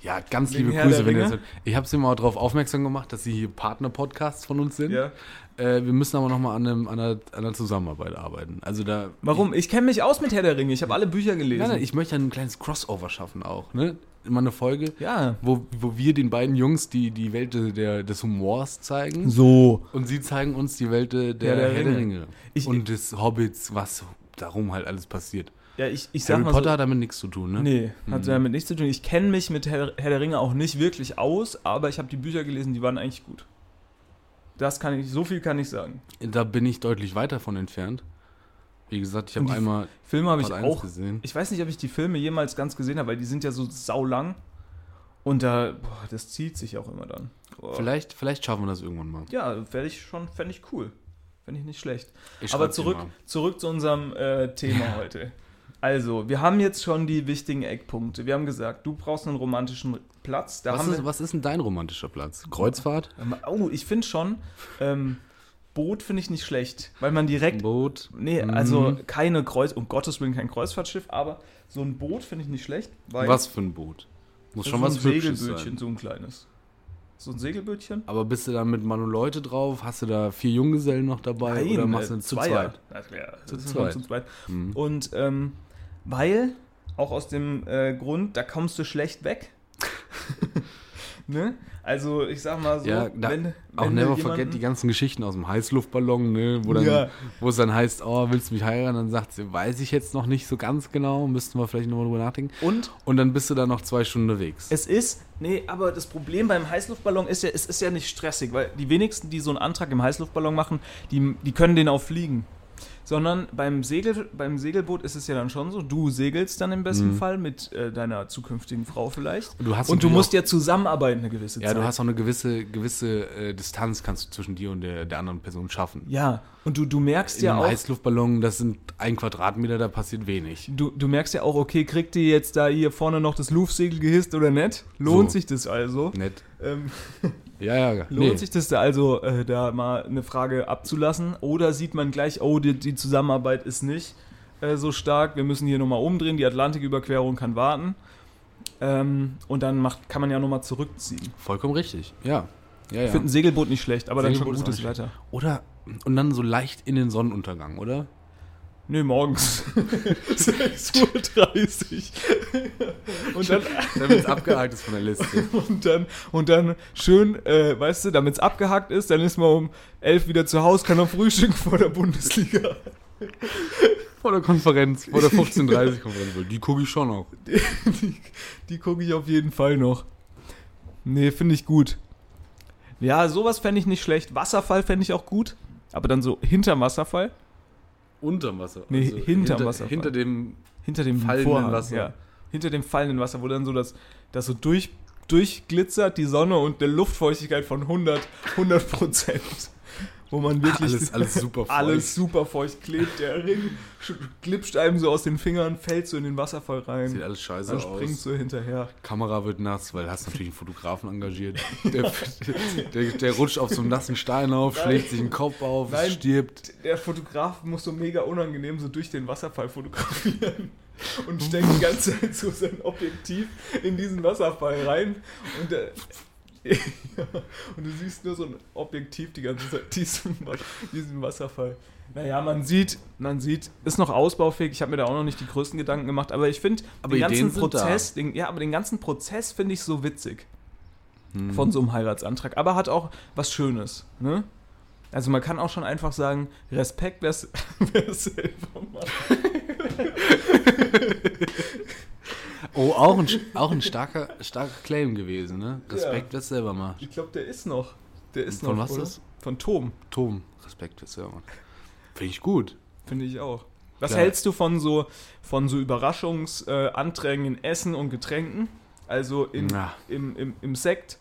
Speaker 4: Ja, ganz
Speaker 3: Wegen
Speaker 4: liebe
Speaker 3: Herr
Speaker 4: Grüße.
Speaker 3: der
Speaker 4: Wenn ihr das
Speaker 3: Ringe?
Speaker 4: hört. ich habe sie mal darauf aufmerksam gemacht, dass sie hier Partner-Podcasts von uns sind.
Speaker 3: Ja.
Speaker 4: Äh, wir müssen aber nochmal an, einem- an, einer- an einer Zusammenarbeit arbeiten. Also da.
Speaker 3: Warum? Ich kenne mich aus mit Herr der Ringe. Ich habe alle Bücher
Speaker 4: Ich, nein,
Speaker 3: gelesen.
Speaker 4: nein, ich möchte ein kleines Crossover schaffen auch. Ne? Immer eine Folge,
Speaker 3: ja.
Speaker 4: wo, wo wir den beiden Jungs die, die Welt de- der, des Humors zeigen.
Speaker 3: So.
Speaker 4: Und sie zeigen uns die Welt de- der,
Speaker 3: Ja, der
Speaker 4: Herr der
Speaker 3: Ringe.
Speaker 4: Ringe.
Speaker 3: Ich-
Speaker 4: und des Hobbits, was darum halt alles passiert.
Speaker 3: Ja, ich, ich sag
Speaker 4: Harry
Speaker 3: mal
Speaker 4: Potter
Speaker 3: so,
Speaker 4: hat damit nichts zu tun, ne?
Speaker 3: Nee, hat damit nichts zu tun. Ich kenne mich mit Herr, Herr der Ringe auch nicht wirklich aus, aber ich habe die Bücher gelesen, die waren eigentlich gut. Das kann ich, so viel kann ich sagen.
Speaker 4: Da bin ich deutlich weit davon entfernt. Wie gesagt, ich
Speaker 3: Und
Speaker 4: habe
Speaker 3: die-
Speaker 4: einmal
Speaker 3: Filme habe ich
Speaker 4: Part 1
Speaker 3: auch.
Speaker 4: gesehen.
Speaker 3: Ich weiß nicht, ob ich die Filme jemals ganz gesehen habe, weil die sind ja so saulang. Und da, boah, das zieht sich auch immer dann. Boah.
Speaker 4: Vielleicht, vielleicht schaffen wir das irgendwann mal.
Speaker 3: Ja, werde ich schon, fände ich cool. Fände ich nicht schlecht.
Speaker 4: Ich
Speaker 3: Aber
Speaker 4: schreib dir
Speaker 3: zurück,
Speaker 4: mal.
Speaker 3: zurück zu unserem äh, Thema heute. Also, wir haben jetzt schon die wichtigen Eckpunkte. Wir haben gesagt, du brauchst einen romantischen Platz. Da
Speaker 4: Was
Speaker 3: haben
Speaker 4: ist,
Speaker 3: wir,
Speaker 4: was ist denn dein romantischer Platz? Kreuzfahrt?
Speaker 3: Oh, ich finde schon, ähm, Boot finde ich nicht schlecht, weil man direkt.
Speaker 4: Boot? Mhm.
Speaker 3: Nee, also keine Kreuz, um Gottes Willen kein Kreuzfahrtschiff, aber so ein Boot finde ich nicht schlecht. Weil
Speaker 4: Was für ein Boot? Muss
Speaker 3: das
Speaker 4: schon
Speaker 3: ist
Speaker 4: was
Speaker 3: ein
Speaker 4: Hübsches
Speaker 3: Segelbötchen,
Speaker 4: sein.
Speaker 3: so ein kleines. So ein Segelbötchen?
Speaker 4: Aber bist du da mit Manu Leute drauf? Hast du da vier Junggesellen noch dabei? oder machst du
Speaker 3: äh,
Speaker 4: zu
Speaker 3: Zweier.
Speaker 4: zweit? Hm.
Speaker 3: Na klar, das ist
Speaker 4: zweit.
Speaker 3: schon Zu zweit.
Speaker 4: Mhm.
Speaker 3: Und ähm, weil, auch aus dem äh, Grund, da kommst du schlecht weg. ne? Also, ich sag mal so,
Speaker 4: Ja, da,
Speaker 3: wenn,
Speaker 4: auch
Speaker 3: wenn du
Speaker 4: never
Speaker 3: jemanden-
Speaker 4: forget die ganzen Geschichten aus dem Heißluftballon, ne, wo, dann,
Speaker 3: Ja.
Speaker 4: wo es dann heißt, oh, willst du mich heiraten? Dann sagt sie, weiß ich jetzt noch nicht so ganz genau, müssten wir vielleicht nochmal drüber nachdenken.
Speaker 3: Und
Speaker 4: Und dann bist du da noch zwei Stunden unterwegs.
Speaker 3: Es ist, nee, aber das Problem beim Heißluftballon ist ja, es ist ja nicht stressig, weil die wenigsten, die so einen Antrag im Heißluftballon machen, die, die können den auch fliegen. Sondern beim, Segel, beim Segelboot ist es ja dann schon so, du segelst dann im besten Fall mit äh, deiner zukünftigen Frau vielleicht.
Speaker 4: Mhm. Und du hast
Speaker 3: und du
Speaker 4: natürlich
Speaker 3: musst
Speaker 4: auch-
Speaker 3: ja zusammenarbeiten eine gewisse
Speaker 4: ja,
Speaker 3: Zeit.
Speaker 4: du hast auch eine gewisse, gewisse äh, Distanz kannst du zwischen dir und der, der anderen Person schaffen.
Speaker 3: ja, und du, du merkst
Speaker 4: In
Speaker 3: ja
Speaker 4: einem
Speaker 3: auch,
Speaker 4: Heißluftballon, das sind ein Quadratmeter, da passiert wenig.
Speaker 3: du, du merkst ja auch, okay, kriegt die jetzt da hier vorne noch das Lufsegel gehisst oder nicht? Lohnt
Speaker 4: So. Mhm.
Speaker 3: sich das also?
Speaker 4: Nett.
Speaker 3: Ähm,
Speaker 4: Ja, ja, ja.
Speaker 3: Lohnt sich das da also, äh, da mal eine Frage abzulassen? Oder sieht man gleich, oh, die, die Zusammenarbeit ist nicht äh, so stark, wir müssen hier nochmal umdrehen, die Atlantiküberquerung kann warten. Ähm, und dann macht, kann man ja nochmal zurückziehen.
Speaker 4: Vollkommen richtig. Ja. Ja,
Speaker 3: Ich
Speaker 4: ja.
Speaker 3: finde ein Segelboot nicht schlecht, aber
Speaker 4: Segelboot ist
Speaker 3: dann schon gutes
Speaker 4: auch nicht
Speaker 3: Wetter.
Speaker 4: Oder, und dann so leicht in den Sonnenuntergang, oder?
Speaker 3: Nö, morgens. 6.30 Uhr. und dann
Speaker 4: Damit es abgehakt ist von der Liste.
Speaker 3: Und dann, und dann schön, äh, weißt du, damit es abgehakt ist, dann ist man um elf wieder zu Hause, kann noch frühstücken vor der Bundesliga.
Speaker 4: Vor der Konferenz, vor der 15.30-Konferenz. Die gucke ich schon noch.
Speaker 3: Die, die gucke ich auf jeden Fall noch. Nee, finde ich gut. Ja, sowas fände ich nicht schlecht. Wasserfall fände ich auch gut. Aber dann so hinterm Wasserfall.
Speaker 4: Unterm Wasser. Also
Speaker 3: Nee, hinterm Wasserfall.
Speaker 4: Hinter dem.
Speaker 3: Hinter dem
Speaker 4: Fallenden
Speaker 3: Vorhang,
Speaker 4: Wasser.
Speaker 3: Ja. Hinter dem fallenden Wasser, wo dann so das, das so durch, durchglitzert, die Sonne und eine Luftfeuchtigkeit von 100, 100 Prozent. Wo man wirklich
Speaker 4: Alles, alles super feucht.
Speaker 3: alles super feucht klebt, der Ring sch- glitscht einem so aus den Fingern, fällt so in den Wasserfall
Speaker 4: Sieht
Speaker 3: rein.
Speaker 4: alles scheiße
Speaker 3: Dann springt
Speaker 4: aus.
Speaker 3: so hinterher.
Speaker 4: Kamera wird nass, weil hast natürlich einen Fotografen engagiert. Der, der, der rutscht auf so einem nassen Stein auf,
Speaker 3: Nein.
Speaker 4: schlägt sich den Kopf auf,
Speaker 3: Nein.
Speaker 4: stirbt.
Speaker 3: der Fotograf muss so mega unangenehm so durch den Wasserfall fotografieren und steckt die ganze Zeit so sein Objektiv in diesen Wasserfall rein und der, und du siehst nur so ein Objektiv die ganze Zeit diesen, diesen Wasserfall. Naja, man sieht, man sieht, ist noch ausbaufähig. Ich habe mir da auch noch nicht die größten Gedanken gemacht, aber ich finde
Speaker 4: Aber
Speaker 3: den
Speaker 4: Ideen
Speaker 3: ganzen
Speaker 4: sind da.
Speaker 3: Prozess, den, ja, aber den ganzen Prozess finde ich so witzig
Speaker 4: Hm.
Speaker 3: von so einem Heiratsantrag. Aber hat auch was Schönes, ne? Also man kann auch schon einfach sagen, Respekt, wer es selber macht.
Speaker 4: Oh, auch ein, auch ein starker, starker Claim gewesen, ne? Respekt, ja. wer selber macht.
Speaker 3: Ich glaube, der ist noch. Der ist
Speaker 4: Von
Speaker 3: noch.
Speaker 4: was das?
Speaker 3: Von Tom,
Speaker 4: Tom, Respekt, wer selber macht. Finde ich gut.
Speaker 3: finde ich auch. Was
Speaker 4: Klar.
Speaker 3: hältst du von so, von so Überraschungsanträgen äh, Anträgen in Essen und Getränken? Also in,
Speaker 4: Na.
Speaker 3: im, im, im Sekt?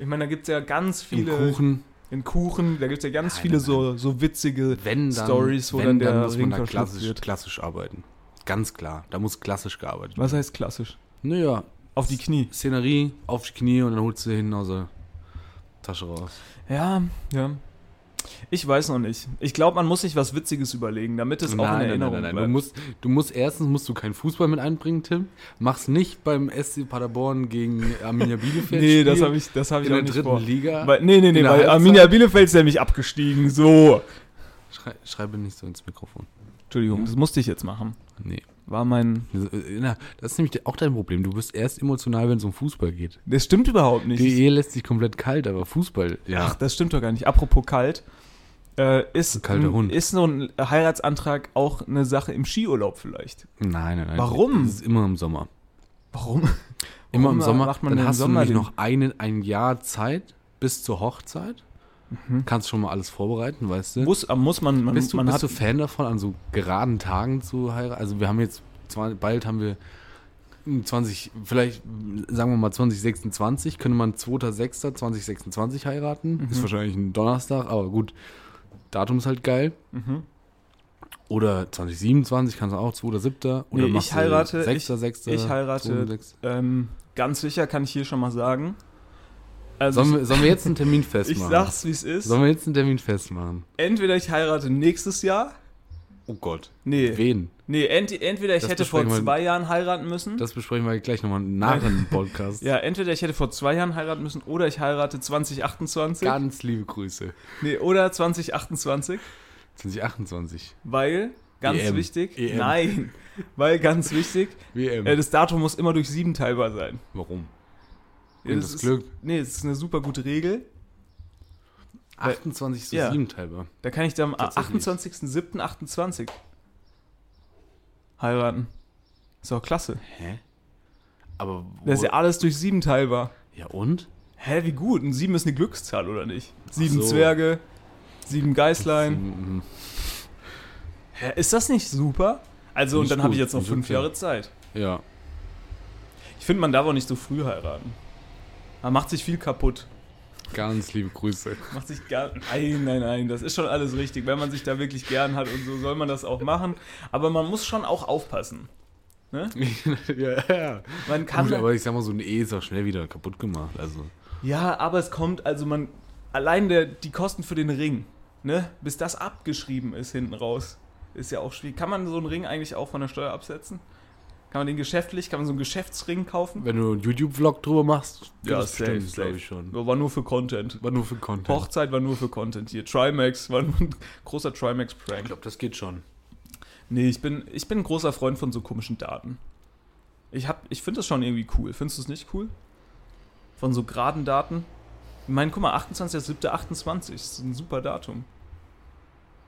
Speaker 3: Ich meine, da gibt es ja ganz
Speaker 4: Im
Speaker 3: viele.
Speaker 4: Kuchen,
Speaker 3: In Kuchen, da gibt es ja ganz
Speaker 4: Nein,
Speaker 3: viele
Speaker 4: nein,
Speaker 3: So, so witzige
Speaker 4: wenn dann,
Speaker 3: Stories, wo
Speaker 4: wenn,
Speaker 3: dann der
Speaker 4: muss
Speaker 3: Ring
Speaker 4: man da
Speaker 3: verschluckt
Speaker 4: klassisch,
Speaker 3: wird.
Speaker 4: klassisch arbeiten. Ganz klar, da muss klassisch gearbeitet werden.
Speaker 3: Was heißt klassisch?
Speaker 4: Naja,
Speaker 3: Auf die Knie.
Speaker 4: Szenerie, auf die Knie und dann holst du hinten aus der Tasche raus.
Speaker 3: Ja, ja. Ich weiß noch nicht. Ich glaube, man muss sich was Witziges überlegen, damit es auch in Erinnerung
Speaker 4: Du
Speaker 3: bleibt.
Speaker 4: musst, du musst erstens musst du keinen Fußball mit einbringen, Tim. Mach's nicht beim SC Paderborn gegen Arminia Bielefeld.
Speaker 3: Nee, das
Speaker 4: Spiel
Speaker 3: habe ich, das hab ich
Speaker 4: in
Speaker 3: auch
Speaker 4: der
Speaker 3: nicht
Speaker 4: dritten
Speaker 3: vor.
Speaker 4: Liga.
Speaker 3: Weil, nee, nee, nee,
Speaker 4: In der
Speaker 3: weil
Speaker 4: Halbzeit.
Speaker 3: Arminia Bielefeld ist nämlich abgestiegen. So.
Speaker 4: Schrei, schreibe nicht so ins Mikrofon.
Speaker 3: Entschuldigung, das musste ich jetzt machen.
Speaker 4: Nee.
Speaker 3: War mein.
Speaker 4: Na, das ist nämlich de- auch dein Problem. Du bist erst emotional, wenn es um Fußball geht.
Speaker 3: Das stimmt überhaupt nicht.
Speaker 4: Die Ehe lässt sich komplett kalt, aber Fußball, ja.
Speaker 3: Ach, das stimmt doch gar nicht. Apropos kalt. Äh, ist,
Speaker 4: Ein kalter Hund.
Speaker 3: ist so ein Heiratsantrag auch eine Sache im Skiurlaub vielleicht?
Speaker 4: nein, nein, nein.
Speaker 3: Warum?
Speaker 4: Das ist immer im Sommer.
Speaker 3: Warum?
Speaker 4: Immer
Speaker 3: Warum
Speaker 4: im Sommer.
Speaker 3: macht man
Speaker 4: dann
Speaker 3: denn im
Speaker 4: hast
Speaker 3: Sommer
Speaker 4: du
Speaker 3: den-
Speaker 4: nämlich noch einen, ein Jahr Zeit bis zur Hochzeit.
Speaker 3: Mhm.
Speaker 4: Kannst schon mal alles vorbereiten, weißt du.
Speaker 3: Muss, äh, muss man, man,
Speaker 4: bist du,
Speaker 3: man
Speaker 4: bist
Speaker 3: hat,
Speaker 4: du Fan davon, an so geraden Tagen zu heiraten? Also wir haben jetzt, zwar- bald haben wir 20, vielleicht sagen wir mal 2026, könnte man 2.6.2026 heiraten.
Speaker 3: Mhm.
Speaker 4: Ist wahrscheinlich ein Donnerstag, aber gut, Datum ist halt geil.
Speaker 3: Mhm.
Speaker 4: Oder 2027 kannst du auch, 2.7. Oder
Speaker 3: Nee,
Speaker 4: machst
Speaker 3: ich heirate-
Speaker 4: du 6., 6.,
Speaker 3: ich heirate-
Speaker 4: 2.6..
Speaker 3: ähm, ganz sicher kann ich hier schon mal sagen. Also
Speaker 4: Sollen wir, sollen wir jetzt einen Termin
Speaker 3: ich, ich
Speaker 4: festmachen?
Speaker 3: sag's, wie es ist.
Speaker 4: Sollen wir jetzt einen Termin festmachen?
Speaker 3: Entweder ich heirate nächstes Jahr.
Speaker 4: Oh Gott.
Speaker 3: Nee.
Speaker 4: Wen?
Speaker 3: Nee, ent, entweder ich
Speaker 4: Das
Speaker 3: hätte vor
Speaker 4: besprechen wir-
Speaker 3: zwei Jahren heiraten müssen.
Speaker 4: Das besprechen wir gleich nochmal nach dem Podcast.
Speaker 3: ja, entweder ich hätte vor zwei Jahren heiraten müssen oder ich heirate 2028.
Speaker 4: Ganz liebe Grüße.
Speaker 3: Nee, oder 2028.
Speaker 4: 2028.
Speaker 3: Weil, ganz
Speaker 4: EM.
Speaker 3: wichtig,
Speaker 4: EM.
Speaker 3: nein, weil ganz wichtig,
Speaker 4: WM.
Speaker 3: äh, das Datum muss immer durch sieben teilbar sein.
Speaker 4: Warum?
Speaker 3: Ja,
Speaker 4: Und das Glück.
Speaker 3: Ist, nee, das ist eine super gute Regel.
Speaker 4: 28 zu
Speaker 3: Ja.
Speaker 4: 7 teilbar.
Speaker 3: Da kann ich dann am
Speaker 4: Tatsächlich.
Speaker 3: 28.07.28 heiraten. Ist doch klasse.
Speaker 4: Hä? Aber wo,
Speaker 3: Das ist ja alles durch sieben teilbar.
Speaker 4: ja und?
Speaker 3: Hä, wie gut? Ein sieben ist eine Glückszahl, oder nicht? Sieben
Speaker 4: so.
Speaker 3: Zwerge, sieben Geißlein.
Speaker 4: Mhm.
Speaker 3: Hä, ist das nicht super? Also,
Speaker 4: Find
Speaker 3: und
Speaker 4: ich
Speaker 3: dann habe
Speaker 4: gut,
Speaker 3: ich jetzt noch
Speaker 4: find ich
Speaker 3: fünf
Speaker 4: okay.
Speaker 3: Jahre Zeit.
Speaker 4: Ja.
Speaker 3: Ich finde, man darf auch nicht so früh heiraten. Man macht sich viel kaputt.
Speaker 4: Ganz liebe Grüße.
Speaker 3: Macht sich gar. Nein, nein, nein, das ist schon alles richtig. Wenn man sich da wirklich gern hat und so, soll man das auch machen. Aber man muss schon auch aufpassen.
Speaker 4: ja, ja.
Speaker 3: Man kann.
Speaker 4: Gut, aber ich sag mal, so ein E ist auch schnell wieder kaputt gemacht. Also.
Speaker 3: ja, aber es kommt, also man. Allein der, die Kosten für den Ring, ne? Bis das abgeschrieben ist hinten raus, ist ja auch schwierig. Kann man so einen Ring eigentlich auch von der Steuer absetzen? Kann man den geschäftlich, kann man so einen Geschäftsring kaufen?
Speaker 4: Wenn du einen YouTube-Vlog drüber machst,
Speaker 3: safe.
Speaker 4: glaube ich schon.
Speaker 3: War nur für Content.
Speaker 4: War nur für Content.
Speaker 3: Hochzeit war nur für Content hier. Trimax war nur ein großer Trimax-Prank.
Speaker 4: glaube, das geht schon.
Speaker 3: Nee, ich bin, ich bin ein großer Freund von so komischen Daten. Ich, hab- ich finde das schon irgendwie cool. Findest du es nicht cool? Von so geraden Daten? Ich meine, guck mal, 28.07.28 ist ein super Datum.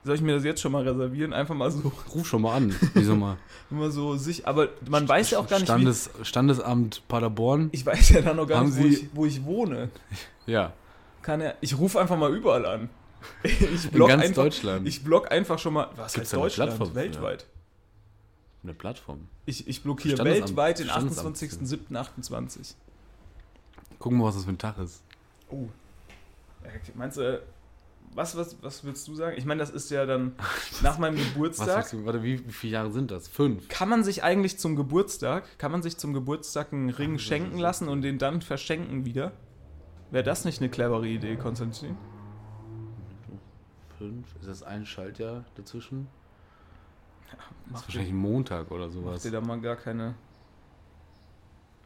Speaker 3: Soll ich mir das jetzt schon mal reservieren? Einfach mal so,
Speaker 4: Ruf schon mal an. Wieso mal?
Speaker 3: immer so sich. Aber man weiß ja auch gar nicht, wie.
Speaker 4: Standes, Standesamt Paderborn.
Speaker 3: Ich weiß ja dann noch gar
Speaker 4: Haben
Speaker 3: nicht, wo
Speaker 4: Sie-
Speaker 3: ich, wo ich wohne.
Speaker 4: Ja.
Speaker 3: Kann ja, ich rufe einfach mal überall an. Ich
Speaker 4: In
Speaker 3: block
Speaker 4: ganz
Speaker 3: einfach,
Speaker 4: Deutschland.
Speaker 3: ich block einfach schon mal. Was heißt
Speaker 4: Gibt's da eine
Speaker 3: Deutschland?
Speaker 4: Plattform für?
Speaker 3: Weltweit.
Speaker 4: Eine Plattform.
Speaker 3: Ich, ich blockiere
Speaker 4: Standesamt.
Speaker 3: weltweit den
Speaker 4: Standesamt.
Speaker 3: 28.07.28.
Speaker 4: Gucken wir, was das für ein Tag ist.
Speaker 3: Oh. Äh, Meinst du, was, was, was willst du sagen? Ich meine, das ist ja dann nach meinem
Speaker 4: Was
Speaker 3: Geburtstag.
Speaker 4: sagst du, warte, wie, wie viele Jahre sind das? Fünf.
Speaker 3: Kann man sich eigentlich zum Geburtstag, kann man sich zum Geburtstag einen Ring schenken lassen und den dann verschenken wieder? Wäre das nicht eine clevere Idee, Konstantin?
Speaker 4: Fünf? Ist das ein Schaltjahr dazwischen? Das ist wahrscheinlich ein Montag oder
Speaker 3: Mach
Speaker 4: sowas.
Speaker 3: dir da mal gar keine.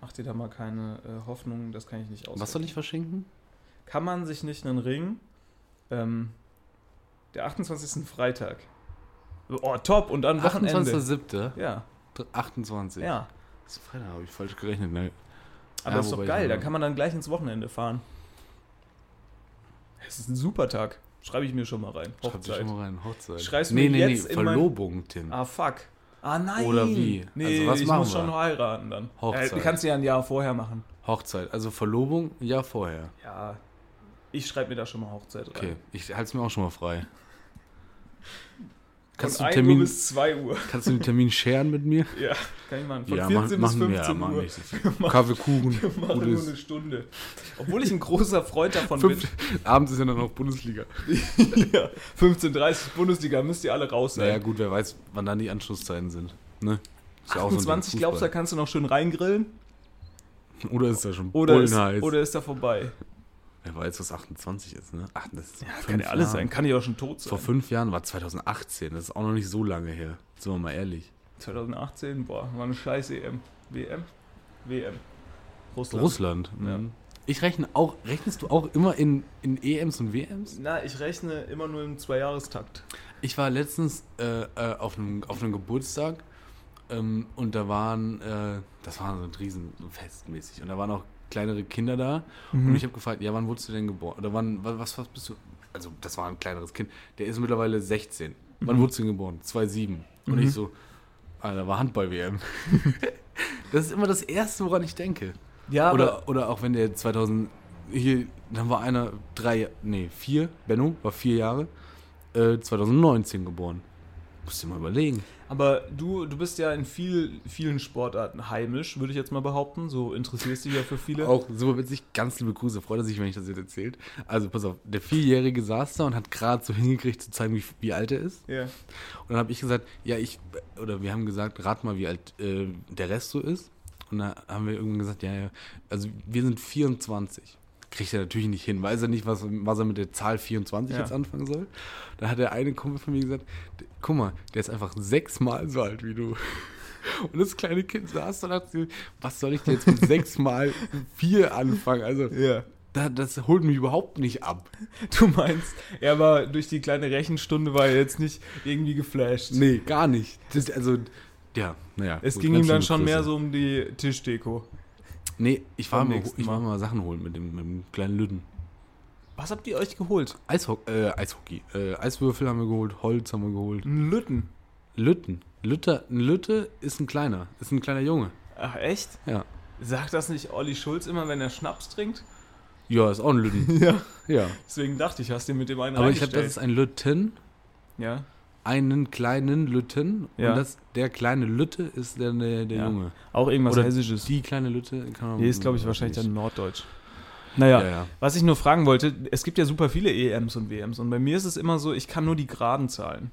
Speaker 3: Mach dir da mal keine äh, Hoffnung, das kann ich nicht aus.
Speaker 4: Was soll ich verschenken?
Speaker 3: Kann man sich nicht einen Ring. Ähm, der 28. ist ein Freitag. Oh, top! Und dann Wochenende.
Speaker 4: 28.07.
Speaker 3: Ja,
Speaker 4: 28.
Speaker 3: ja.
Speaker 4: Das ist Freitag, habe ich falsch gerechnet. Ne?
Speaker 3: Aber
Speaker 4: Ja,
Speaker 3: ist doch
Speaker 4: wobei
Speaker 3: geil,
Speaker 4: ich-
Speaker 3: dann kann man dann gleich ins Wochenende fahren. Es ist ein super Tag. Schreibe ich mir schon mal rein.
Speaker 4: Schreib dich
Speaker 3: Hochzeit.
Speaker 4: schon mal rein. Hochzeit.
Speaker 3: Schreibst du
Speaker 4: nee,
Speaker 3: mir
Speaker 4: nee,
Speaker 3: jetzt
Speaker 4: nee.
Speaker 3: in mein-
Speaker 4: Verlobung, Tim.
Speaker 3: Ah, fuck. Ah, nein.
Speaker 4: Oder wie?
Speaker 3: Nee,
Speaker 4: Also, was
Speaker 3: ich
Speaker 4: machen
Speaker 3: muss
Speaker 4: wir?
Speaker 3: schon noch heiraten dann.
Speaker 4: Hochzeit.
Speaker 3: Äh, kannst du ja ein Jahr vorher machen.
Speaker 4: Hochzeit. Also Verlobung, ein Jahr vorher.
Speaker 3: Ja. Ich schreibe mir da schon mal Hochzeit rein.
Speaker 4: Okay, ich halte es mir auch schon mal frei. Kannst
Speaker 3: Von
Speaker 4: du,
Speaker 3: 1
Speaker 4: Termin,
Speaker 3: Uhr bis 2 Uhr.
Speaker 4: kannst du den Termin scheren mit mir?
Speaker 3: Ja, kann ich machen. Von
Speaker 4: ja,
Speaker 3: 14 bis
Speaker 4: machen
Speaker 3: 15
Speaker 4: wir, ja, machen
Speaker 3: Uhr.
Speaker 4: nicht so viel. Kaffee, Kuchen,
Speaker 3: Wir machen nur eine
Speaker 4: Bundes.
Speaker 3: Stunde. Obwohl ich ein großer Freund davon
Speaker 4: Fünf, abends ist ja dann noch Bundesliga.
Speaker 3: bin. Ja, 15.30 Bundesliga, müsst ihr alle raus sein.
Speaker 4: Naja, gut, wer weiß, wann dann die Anschlusszeiten sind. Ne? Ist ja auch so ein
Speaker 3: 28,
Speaker 4: Ding,
Speaker 3: glaubst du, da
Speaker 4: Fußball.
Speaker 3: kannst du noch schön reingrillen?
Speaker 4: Oder ist da schon
Speaker 3: Oder ist,
Speaker 4: bullenheiß?
Speaker 3: oder ist da vorbei?
Speaker 4: Wer weiß, was 28 ist, ne? Ach, das ist ja,
Speaker 3: Kann ja alles sein. Kann ja auch schon tot sein.
Speaker 4: Vor fünf Jahren war 2018, das ist auch noch nicht so lange her. Sind wir mal ehrlich.
Speaker 3: 2018, boah, war eine scheiß E EM. WM? WM. Russland.
Speaker 4: Russland.
Speaker 3: Ja.
Speaker 4: mhm. Ich rechne auch, rechnest du auch immer in, in EMs und WMs?
Speaker 3: Na, ich rechne immer nur im Zweijahrestakt.
Speaker 4: Ich war letztens äh, äh, auf, einem, auf einem Geburtstag ähm, und da waren, äh, das war so ein Riesenfest mäßig und da waren auch kleinere Kinder da und ich habe gefragt, ja, wann wurdest du denn geboren? Oder wann, wa- was, was bist du? Also das war ein kleineres Kind, der ist mittlerweile 16. Wann wurdest du denn geboren? 2,7. Und ich so, ah, da war Handball-WM. das ist immer das Erste, woran ich denke.
Speaker 3: Ja,
Speaker 4: Oder, oder auch wenn der 2000, hier, dann war einer drei, nee, vier, Benno war vier Jahre, äh, 2019 geboren. Musst du dir mal überlegen.
Speaker 3: Aber du, du bist ja in viel, vielen Sportarten heimisch, würde ich jetzt mal behaupten. So interessierst dich ja für viele.
Speaker 4: Auch super witzig, ganz liebe Grüße, freut er sich, wenn ich das jetzt erzählt. Also pass auf, der Vierjährige saß da und hat gerade so hingekriegt zu zeigen, wie, wie alt er ist.
Speaker 3: Ja.
Speaker 4: Und dann habe ich gesagt, ja, ich, oder wir haben gesagt, rat mal, wie alt äh, der Rest so ist. Und dann haben wir irgendwann gesagt, ja, ja, also wir sind 24. Kriegt er natürlich nicht hin, weiß er nicht, was, was er mit der Zahl 24
Speaker 3: Ja.
Speaker 4: jetzt anfangen soll. Dann hat der eine Kumpel von mir gesagt, "D- guck mal, der ist einfach sechsmal so alt wie du. Und das kleine Kind saß da und dachte, sich, was soll ich denn jetzt mit sechsmal vier anfangen? Also,
Speaker 3: ja.
Speaker 4: da, das holt mich überhaupt nicht ab.
Speaker 3: Du meinst, er war durch die kleine Rechenstunde war er jetzt nicht irgendwie geflasht.
Speaker 4: Nee, gar nicht. Das, also, ja, naja.
Speaker 3: Es
Speaker 4: gut,
Speaker 3: ging
Speaker 4: ganz
Speaker 3: ihm dann
Speaker 4: liebe
Speaker 3: schon
Speaker 4: Grüße.
Speaker 3: mehr so um die Tischdeko.
Speaker 4: Nee, ich war,
Speaker 3: Beim
Speaker 4: mal,
Speaker 3: nächsten
Speaker 4: ich war
Speaker 3: Mal.
Speaker 4: mal Sachen holen mit dem, mit dem kleinen Lüden.
Speaker 3: Was habt ihr euch geholt?
Speaker 4: Eisho äh, Eishockey. Äh, Eiswürfel haben wir geholt, Holz haben wir geholt.
Speaker 3: Ein Lütten.
Speaker 4: Lütten. Lütter, ein Lütte ist ein kleiner, ist ein kleiner Junge.
Speaker 3: Ach echt?
Speaker 4: Ja.
Speaker 3: Sagt das nicht Olli Schulz immer, wenn er Schnaps trinkt?
Speaker 4: Ja, ist auch ein Lütten.
Speaker 3: Ja.
Speaker 4: ja.
Speaker 3: Deswegen dachte ich, hast du mit dem einen
Speaker 4: Aber ich habe, das
Speaker 3: reingestellt.
Speaker 4: ist ein Lütten,
Speaker 3: Ja.
Speaker 4: einen kleinen Lütten.
Speaker 3: Ja.
Speaker 4: Und das, der kleine Lütte ist der, der, der
Speaker 3: Ja.
Speaker 4: Junge.
Speaker 3: Auch irgendwas
Speaker 4: Oder
Speaker 3: Hessisches.
Speaker 4: Die kleine Lütte kann man.
Speaker 3: Hier ist, glaube ich, wahrscheinlich
Speaker 4: nicht.
Speaker 3: dann Norddeutsch. Naja,
Speaker 4: Ja, ja.
Speaker 3: was ich nur fragen wollte, es gibt ja super viele EMs und WMs und bei mir ist es immer so, ich kann nur die geraden Zahlen.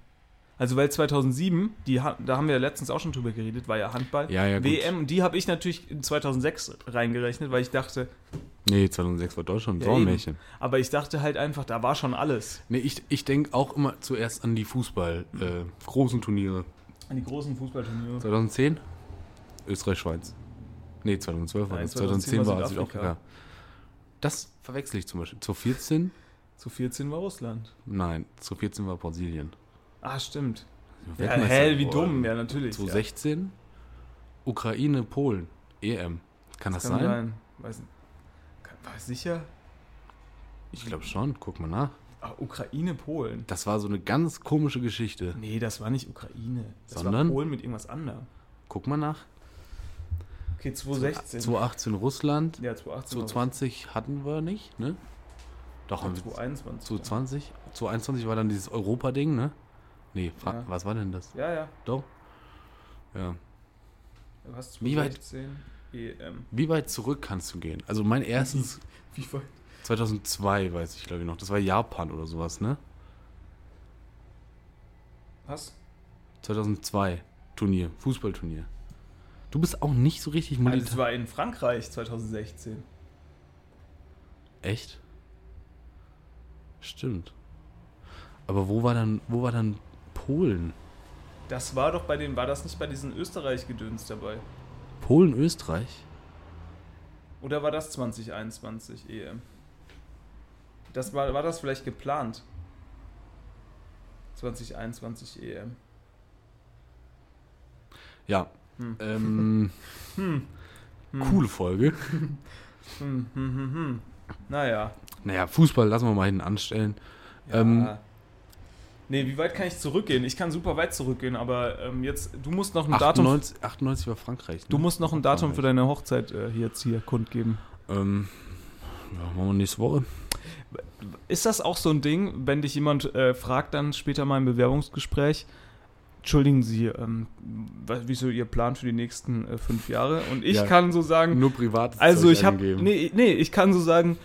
Speaker 3: Also weil 2007, die, ha- da haben wir ja letztens auch schon drüber geredet, war ja Handball.
Speaker 4: Ja, ja, gut.
Speaker 3: WM, und die habe ich natürlich in 2006 reingerechnet, weil ich dachte,
Speaker 4: Nee, 2006 war Deutschland.
Speaker 3: Ja,
Speaker 4: Ja,
Speaker 3: eben.
Speaker 4: Märchen.
Speaker 3: aber ich dachte halt einfach, da war schon alles.
Speaker 4: Nee, ich, ich denke auch immer zuerst an die Fußball, äh, großen Turniere.
Speaker 3: An die großen Fußballturniere.
Speaker 4: 2010? Österreich-Schweiz. Nee, 2012 war
Speaker 3: Nein,
Speaker 4: das. 2010
Speaker 3: Südafrika.
Speaker 4: war Südafrika. Das verwechsel ich zum Beispiel. Zu 14?
Speaker 3: Zu 14 war Russland.
Speaker 4: Nein, zu 14 war Brasilien.
Speaker 3: Ah, stimmt. Ja,
Speaker 4: Weltmeister
Speaker 3: hä, wie
Speaker 4: geworden.
Speaker 3: dumm, ja natürlich.
Speaker 4: oh, Zu
Speaker 3: ja.
Speaker 4: 16? Ukraine, Polen. EM. Kann das,
Speaker 3: Kann
Speaker 4: sein?
Speaker 3: sein. Weiß, nicht. Kann- war ich sicher?
Speaker 4: Ich glaube schon. Guck mal nach.
Speaker 3: Ah, Ukraine, Polen.
Speaker 4: Das war so eine ganz komische Geschichte.
Speaker 3: Nee, das war nicht Ukraine. Das
Speaker 4: Sondern?
Speaker 3: war Polen mit irgendwas anderem.
Speaker 4: Guck mal nach.
Speaker 3: Okay, 2016.
Speaker 4: 2018 Russland.
Speaker 3: ja, 2018. war-
Speaker 4: 2020 hatten wir nicht, ne? Doch, haben wir
Speaker 3: 2021.
Speaker 4: 2020? 2021 war dann dieses Europa-Ding, ne? Nee, frag,
Speaker 3: Ja.
Speaker 4: was war denn das?
Speaker 3: Ja, ja.
Speaker 4: Doch. Ja.
Speaker 3: Du hast E
Speaker 4: Wie weit-
Speaker 3: 2016 EM.
Speaker 4: Wie weit zurück kannst du gehen? Also mein erstes
Speaker 3: Wie weit?
Speaker 4: 2002, weiß ich glaube ich noch. Das war Japan oder sowas, ne?
Speaker 3: Was?
Speaker 4: 2002 Turnier, Fußballturnier. Du bist auch nicht so richtig militar.
Speaker 3: Das Also, war in Frankreich 2016.
Speaker 4: Echt? Stimmt. Aber wo war dann wo war dann Polen?
Speaker 3: Das war doch bei den, war das nicht bei diesen Österreich-Gedöns dabei?
Speaker 4: Polen Österreich?
Speaker 3: Oder war das 2021 EM? Das war, war das vielleicht geplant? 2021 EM.
Speaker 4: Ja.
Speaker 3: Hm.
Speaker 4: Ähm,
Speaker 3: Hm.
Speaker 4: coole Folge.
Speaker 3: Hm, hm, hm, hm. Naja.
Speaker 4: Naja, Fußball lassen wir mal hinten anstellen. Ähm,
Speaker 3: Ja. nee, wie weit kann ich zurückgehen? Ich kann super weit zurückgehen, aber ähm, jetzt, du musst noch ein Datum.
Speaker 4: 98, 98 war Frankreich. Ne?
Speaker 3: Du musst noch ein Datum für deine Hochzeit äh, hier jetzt hier kundgeben.
Speaker 4: Ähm, ja, machen wir nächste Woche.
Speaker 3: Ist das auch so ein Ding, wenn dich jemand äh, fragt, dann später mal im Bewerbungsgespräch? Entschuldigen Sie, ähm, wa- wieso Ihr Plan für die nächsten äh, fünf Jahre? Und ich
Speaker 4: Ja.
Speaker 3: kann so sagen,
Speaker 4: Nur privat.
Speaker 3: Also ich habe nee, nee, ich kann so sagen,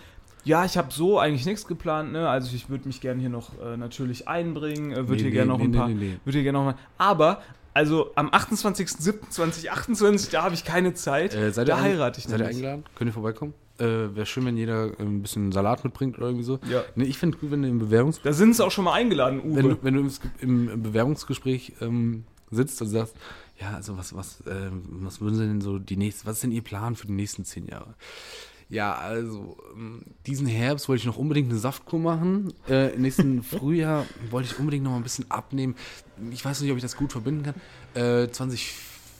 Speaker 3: ja, ich habe so eigentlich nichts geplant, ne? Also ich würde mich gerne hier noch äh, natürlich einbringen, äh, würde hier
Speaker 4: Nee, nee,
Speaker 3: gerne noch
Speaker 4: nee,
Speaker 3: ein
Speaker 4: nee,
Speaker 3: paar,
Speaker 4: nee, nee.
Speaker 3: würde hier gerne noch mal, aber also am 28.07.2028, da habe ich keine Zeit,
Speaker 4: Äh, seid ihr
Speaker 3: da
Speaker 4: ein-
Speaker 3: heirate ich
Speaker 4: Äh, Seid ihr
Speaker 3: nämlich.
Speaker 4: eingeladen? Könnt ihr vorbeikommen? äh, wäre schön, wenn jeder äh, ein bisschen Salat mitbringt oder irgendwie so.
Speaker 3: Ja.
Speaker 4: Nee, ich finde gut, wenn du im Bewerbungs
Speaker 3: Da sind sie auch schon mal eingeladen, Uwe.
Speaker 4: wenn du, wenn du im, Sk- im im Bewerbungsgespräch ähm, sitzt und sagst, ja, also was, was, ähm, was würden Sie denn so die nächste, was ist denn Ihr Plan für die nächsten zehn Jahre? Ja, also ähm, diesen Herbst wollte ich noch unbedingt eine Saftkur machen. Äh, im nächsten Frühjahr wollte ich unbedingt noch mal ein bisschen abnehmen. Ich weiß nicht, ob ich das gut verbinden kann. Äh,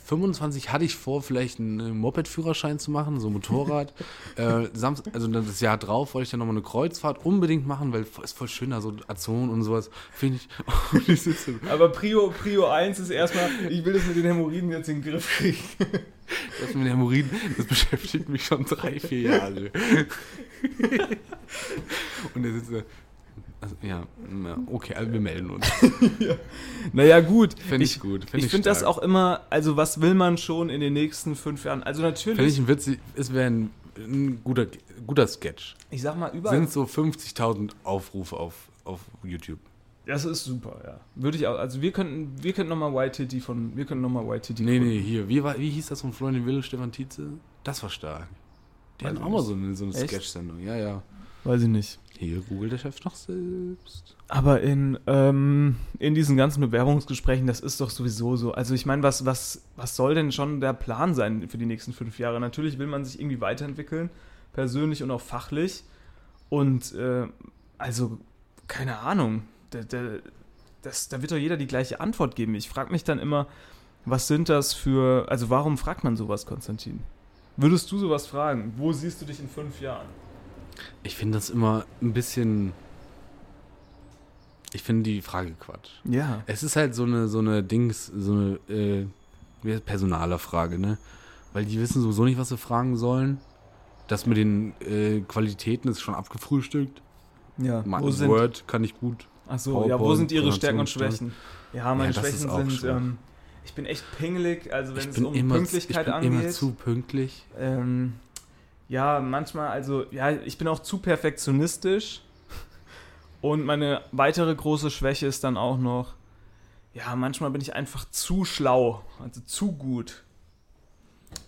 Speaker 4: 2025 hatte ich vor, vielleicht einen Moped-Führerschein zu machen, so Motorrad. äh, Samst also dann das Jahr drauf wollte ich dann noch mal eine Kreuzfahrt unbedingt machen, weil es voll schön da so Azoren und sowas finde ich. Und ich sitze
Speaker 3: Aber Prio, Prio 1 ist erstmal, ich will das mit den Hämorrhoiden jetzt in den Griff kriegen.
Speaker 4: das mit den Hämorrhoiden, das beschäftigt mich schon drei, vier Jahre. Und er sitzt da. Also, ja, na, okay, also wir melden uns.
Speaker 3: Naja, gut.
Speaker 4: Finde ich, gut. Find
Speaker 3: Ich, finde das
Speaker 4: stark.
Speaker 3: auch immer, also was will man schon in den nächsten fünf Jahren? Also
Speaker 4: Finde
Speaker 3: natürlich,
Speaker 4: ich ein witzig, es wäre ein, ein guter, guter Sketch.
Speaker 3: ich sag mal, überall.
Speaker 4: Sind so 50.000 Aufrufe auf, auf YouTube.
Speaker 3: Das ist super, ja. Würde ich auch, also wir könnten, wir könnten nochmal YTT von, wir könnten nochmal YTT
Speaker 4: Nee,
Speaker 3: gucken.
Speaker 4: nee, hier. Wie, war, wie hieß das von Florian Will, Stefan Tietze? Das war stark. Die hatten auch mal so eine, so eine
Speaker 3: Echt?
Speaker 4: Sketch-Sendung. Ja, ja.
Speaker 3: Weiß ich nicht.
Speaker 4: Hier googelt der Chef noch selbst.
Speaker 3: Aber in, ähm, in diesen ganzen Bewerbungsgesprächen, das ist doch sowieso so. Also ich meine, was, was, was soll denn schon der Plan sein für die nächsten fünf Jahre? Natürlich will man sich irgendwie weiterentwickeln, persönlich und auch fachlich. Und äh, also, keine Ahnung, da, da, das, da wird doch jeder die gleiche Antwort geben. Ich frage mich dann immer, was sind das für, also warum fragt man sowas, Konstantin? Würdest du sowas fragen? Wo siehst du dich in fünf Jahren?
Speaker 4: Ich finde das immer ein bisschen. Ich finde die Frage Quatsch.
Speaker 3: Ja.
Speaker 4: Es ist halt so eine, so eine Dings, so eine äh, wie heißt- personaler Frage, ne? Weil die wissen sowieso nicht, was sie fragen sollen. Das mit den äh, Qualitäten ist schon abgefrühstückt.
Speaker 3: ja.
Speaker 4: Ma-
Speaker 3: Wo sind
Speaker 4: Word kann ich gut.
Speaker 3: Ach so,
Speaker 4: PowerPoint,
Speaker 3: ja, wo sind ihre Stärken und Schwächen?
Speaker 4: Präsentationen.
Speaker 3: Ja, meine
Speaker 4: Ja, das ist
Speaker 3: Schwächen
Speaker 4: auch
Speaker 3: sind,
Speaker 4: schwach.
Speaker 3: ähm, ich bin echt pingelig, also wenn
Speaker 4: Ich
Speaker 3: es
Speaker 4: bin,
Speaker 3: um
Speaker 4: immer, zu- ich bin
Speaker 3: Pünktlichkeit angeht.
Speaker 4: immer zu pünktlich.
Speaker 3: Ähm, ja, manchmal, also, ja, ich bin auch zu perfektionistisch. Und meine weitere große Schwäche ist dann auch noch, ja, manchmal bin ich einfach zu schlau, also zu gut.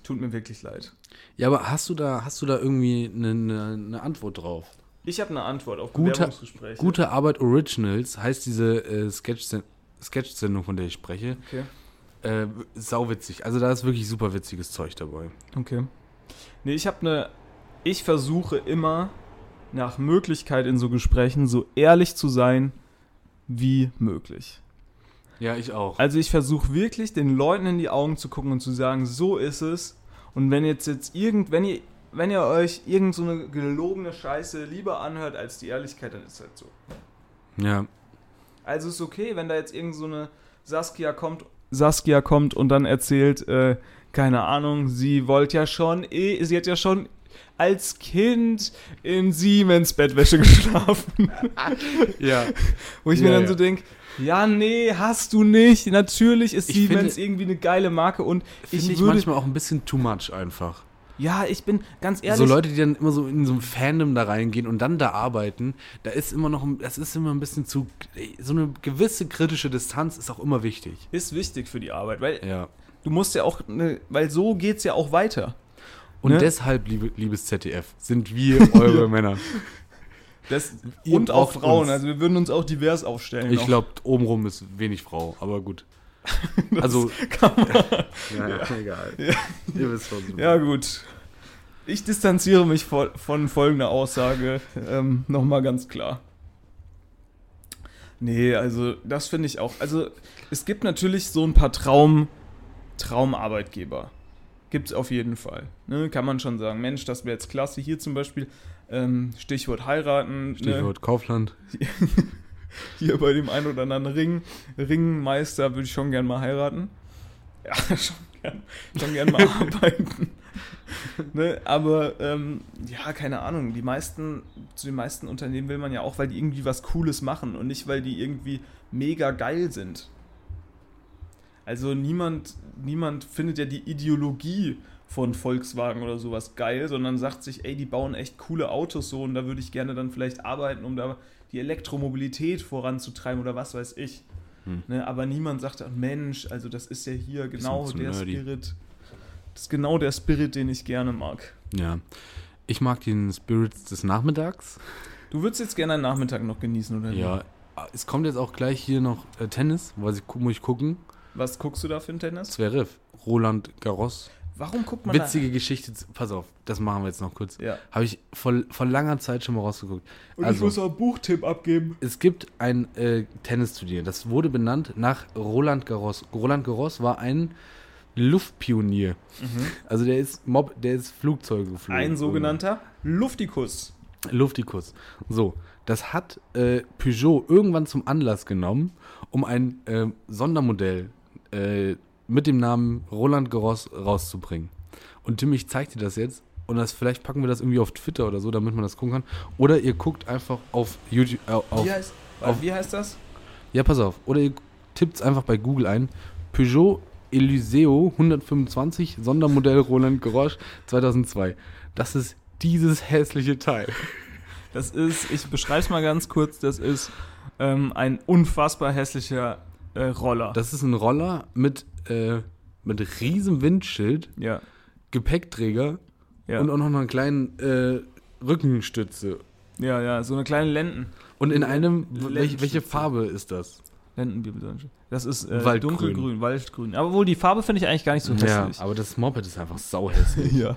Speaker 3: Tut mir wirklich leid.
Speaker 4: Ja, aber hast du da, hast du da irgendwie eine, eine, eine Antwort drauf?
Speaker 3: Ich habe eine Antwort auf
Speaker 4: Gute,
Speaker 3: Bewerbungsgespräche.
Speaker 4: gute Arbeit Originals heißt diese äh, Sketch- Sketch-Sendung, von der ich spreche.
Speaker 3: Okay.
Speaker 4: Äh, sauwitzig. Also da ist wirklich super witziges Zeug dabei.
Speaker 3: Okay. Nee, ich habe eine. Ich versuche immer nach Möglichkeit in so Gesprächen so ehrlich zu sein wie möglich.
Speaker 4: Ja, ich auch.
Speaker 3: Also ich versuche wirklich den Leuten in die Augen zu gucken und zu sagen, so ist es. Und wenn jetzt jetzt irgend, wenn ihr, wenn ihr euch irgend so eine gelogene Scheiße lieber anhört als die Ehrlichkeit, dann ist es halt so.
Speaker 4: Ja,
Speaker 3: Also ist okay, wenn da jetzt irgend so eine Saskia kommt, Saskia kommt und dann erzählt, äh, keine Ahnung, sie wollte ja schon, eh, sie hat ja schon als Kind in Siemens Bettwäsche geschlafen.
Speaker 4: Ja,
Speaker 3: Wo ich
Speaker 4: Ja,
Speaker 3: mir dann
Speaker 4: ja.
Speaker 3: so denke, ja, nee, hast du nicht. Natürlich ist
Speaker 4: Ich
Speaker 3: Siemens
Speaker 4: finde-
Speaker 3: irgendwie eine geile Marke und
Speaker 4: finde
Speaker 3: ich,
Speaker 4: ich,
Speaker 3: würde,
Speaker 4: manchmal auch ein bisschen too much einfach.
Speaker 3: ja, ich bin ganz ehrlich,
Speaker 4: so Leute, die dann immer so in so ein Fandom da reingehen und dann da arbeiten, da ist immer noch, ein- das ist immer ein bisschen zu, so eine gewisse kritische Distanz ist auch immer wichtig.
Speaker 3: ist wichtig für die Arbeit, weil
Speaker 4: Ja.
Speaker 3: du musst ja auch, ne, weil so geht's ja auch weiter.
Speaker 4: Und
Speaker 3: Ne?
Speaker 4: deshalb, liebe, liebes ZDF, sind wir eure Männer.
Speaker 3: Das,
Speaker 4: Ihr
Speaker 3: und auch
Speaker 4: braucht
Speaker 3: Frauen,
Speaker 4: uns.
Speaker 3: also wir würden uns auch divers aufstellen.
Speaker 4: Ich
Speaker 3: noch.
Speaker 4: glaube, obenrum ist wenig Frau, aber gut. also,
Speaker 3: kann man
Speaker 4: ja, egal. Ihr wisst schon.
Speaker 3: Ja, gut. Ich distanziere mich von, von folgender Aussage ähm, nochmal ganz klar. Nee, also das finde ich auch. Also es gibt natürlich so ein paar Traum, Traumarbeitgeber. Gibt es auf jeden Fall. Ne, kann man schon sagen. Mensch, das wäre jetzt klasse. Hier zum Beispiel ähm, Stichwort heiraten.
Speaker 4: Stichwort Kaufland.
Speaker 3: Ne, hier bei dem einen oder anderen Ring, Ringmeister würde ich schon gern mal heiraten. Ja, schon gern, schon gern mal arbeiten. ne? Aber ähm, ja, keine Ahnung. Die meisten, zu den meisten Unternehmen will man ja auch, weil die irgendwie was Cooles machen und nicht, weil die irgendwie mega geil sind. Also niemand, niemand findet ja die Ideologie von Volkswagen oder sowas geil, sondern sagt sich, ey, die bauen echt coole Autos so und da würde ich gerne dann vielleicht arbeiten, um da die Elektromobilität voranzutreiben oder was weiß ich.
Speaker 4: Hm.
Speaker 3: Ne, aber niemand sagt, ah, Mensch, also das ist ja hier genau
Speaker 4: zu
Speaker 3: der
Speaker 4: nerdy.
Speaker 3: Spirit. Das ist genau der Spirit, den ich gerne mag.
Speaker 4: Ja. Ich mag den Spirits des Nachmittags.
Speaker 3: Du würdest jetzt gerne einen Nachmittag noch genießen, oder? wie?
Speaker 4: Ja, es kommt jetzt auch gleich hier noch äh, Tennis, weil ich, gu- muss ich gucken.
Speaker 3: Was guckst du da für ein Tennis?
Speaker 4: Zverev, Roland Garros.
Speaker 3: Warum guckt man
Speaker 4: Witzige Geschichte. zu- Pass auf, das machen wir jetzt noch kurz.
Speaker 3: da? Ja.
Speaker 4: Habe ich vor, vor langer Zeit schon mal rausgeguckt.
Speaker 3: Und
Speaker 4: Also
Speaker 3: ich muss auch einen Buchtipp abgeben.
Speaker 4: Es gibt ein äh, Tennisturnier, das wurde benannt nach Roland Garros. Roland Garros war ein Luftpionier. Also der ist Mob, der ist Flugzeuge geflogen.
Speaker 3: Mhm. Ein sogenannter Luftikus.
Speaker 4: Luftikus. So, das hat äh, Peugeot irgendwann zum Anlass genommen, um ein äh, Sondermodell äh, mit dem Namen Roland Garros rauszubringen. Und Tim, ich zeig dir das jetzt. Und das, vielleicht packen wir das irgendwie auf Twitter oder so, damit man das gucken kann. Oder ihr guckt einfach auf YouTube. Äh, auf,
Speaker 3: Wie heißt,
Speaker 4: auf-
Speaker 3: wie heißt das?
Speaker 4: ja, pass auf. Oder ihr tippt es einfach bei Google ein. Peugeot Elyseo 125 Sondermodell Roland Garros 2002. Das ist dieses hässliche Teil.
Speaker 3: Das ist, ich beschreibe es mal ganz kurz, das ist ähm, ein unfassbar hässlicher äh, Roller.
Speaker 4: Das ist ein Roller mit, äh, mit riesem Windschild,
Speaker 3: ja.
Speaker 4: Gepäckträger
Speaker 3: Ja.
Speaker 4: und auch noch einer kleinen äh, Rückenstütze.
Speaker 3: ja, ja, so eine kleine Lenden.
Speaker 4: Und in einem, welche, welche
Speaker 3: Lendenstütze.
Speaker 4: Farbe ist das?
Speaker 3: Lendenbibel. Das ist äh,
Speaker 4: Waldgrün.
Speaker 3: dunkelgrün, waldgrün. Aber wohl die Farbe finde ich eigentlich gar nicht so hässlich.
Speaker 4: aber das Moped ist einfach sauhässlich.
Speaker 3: Ja.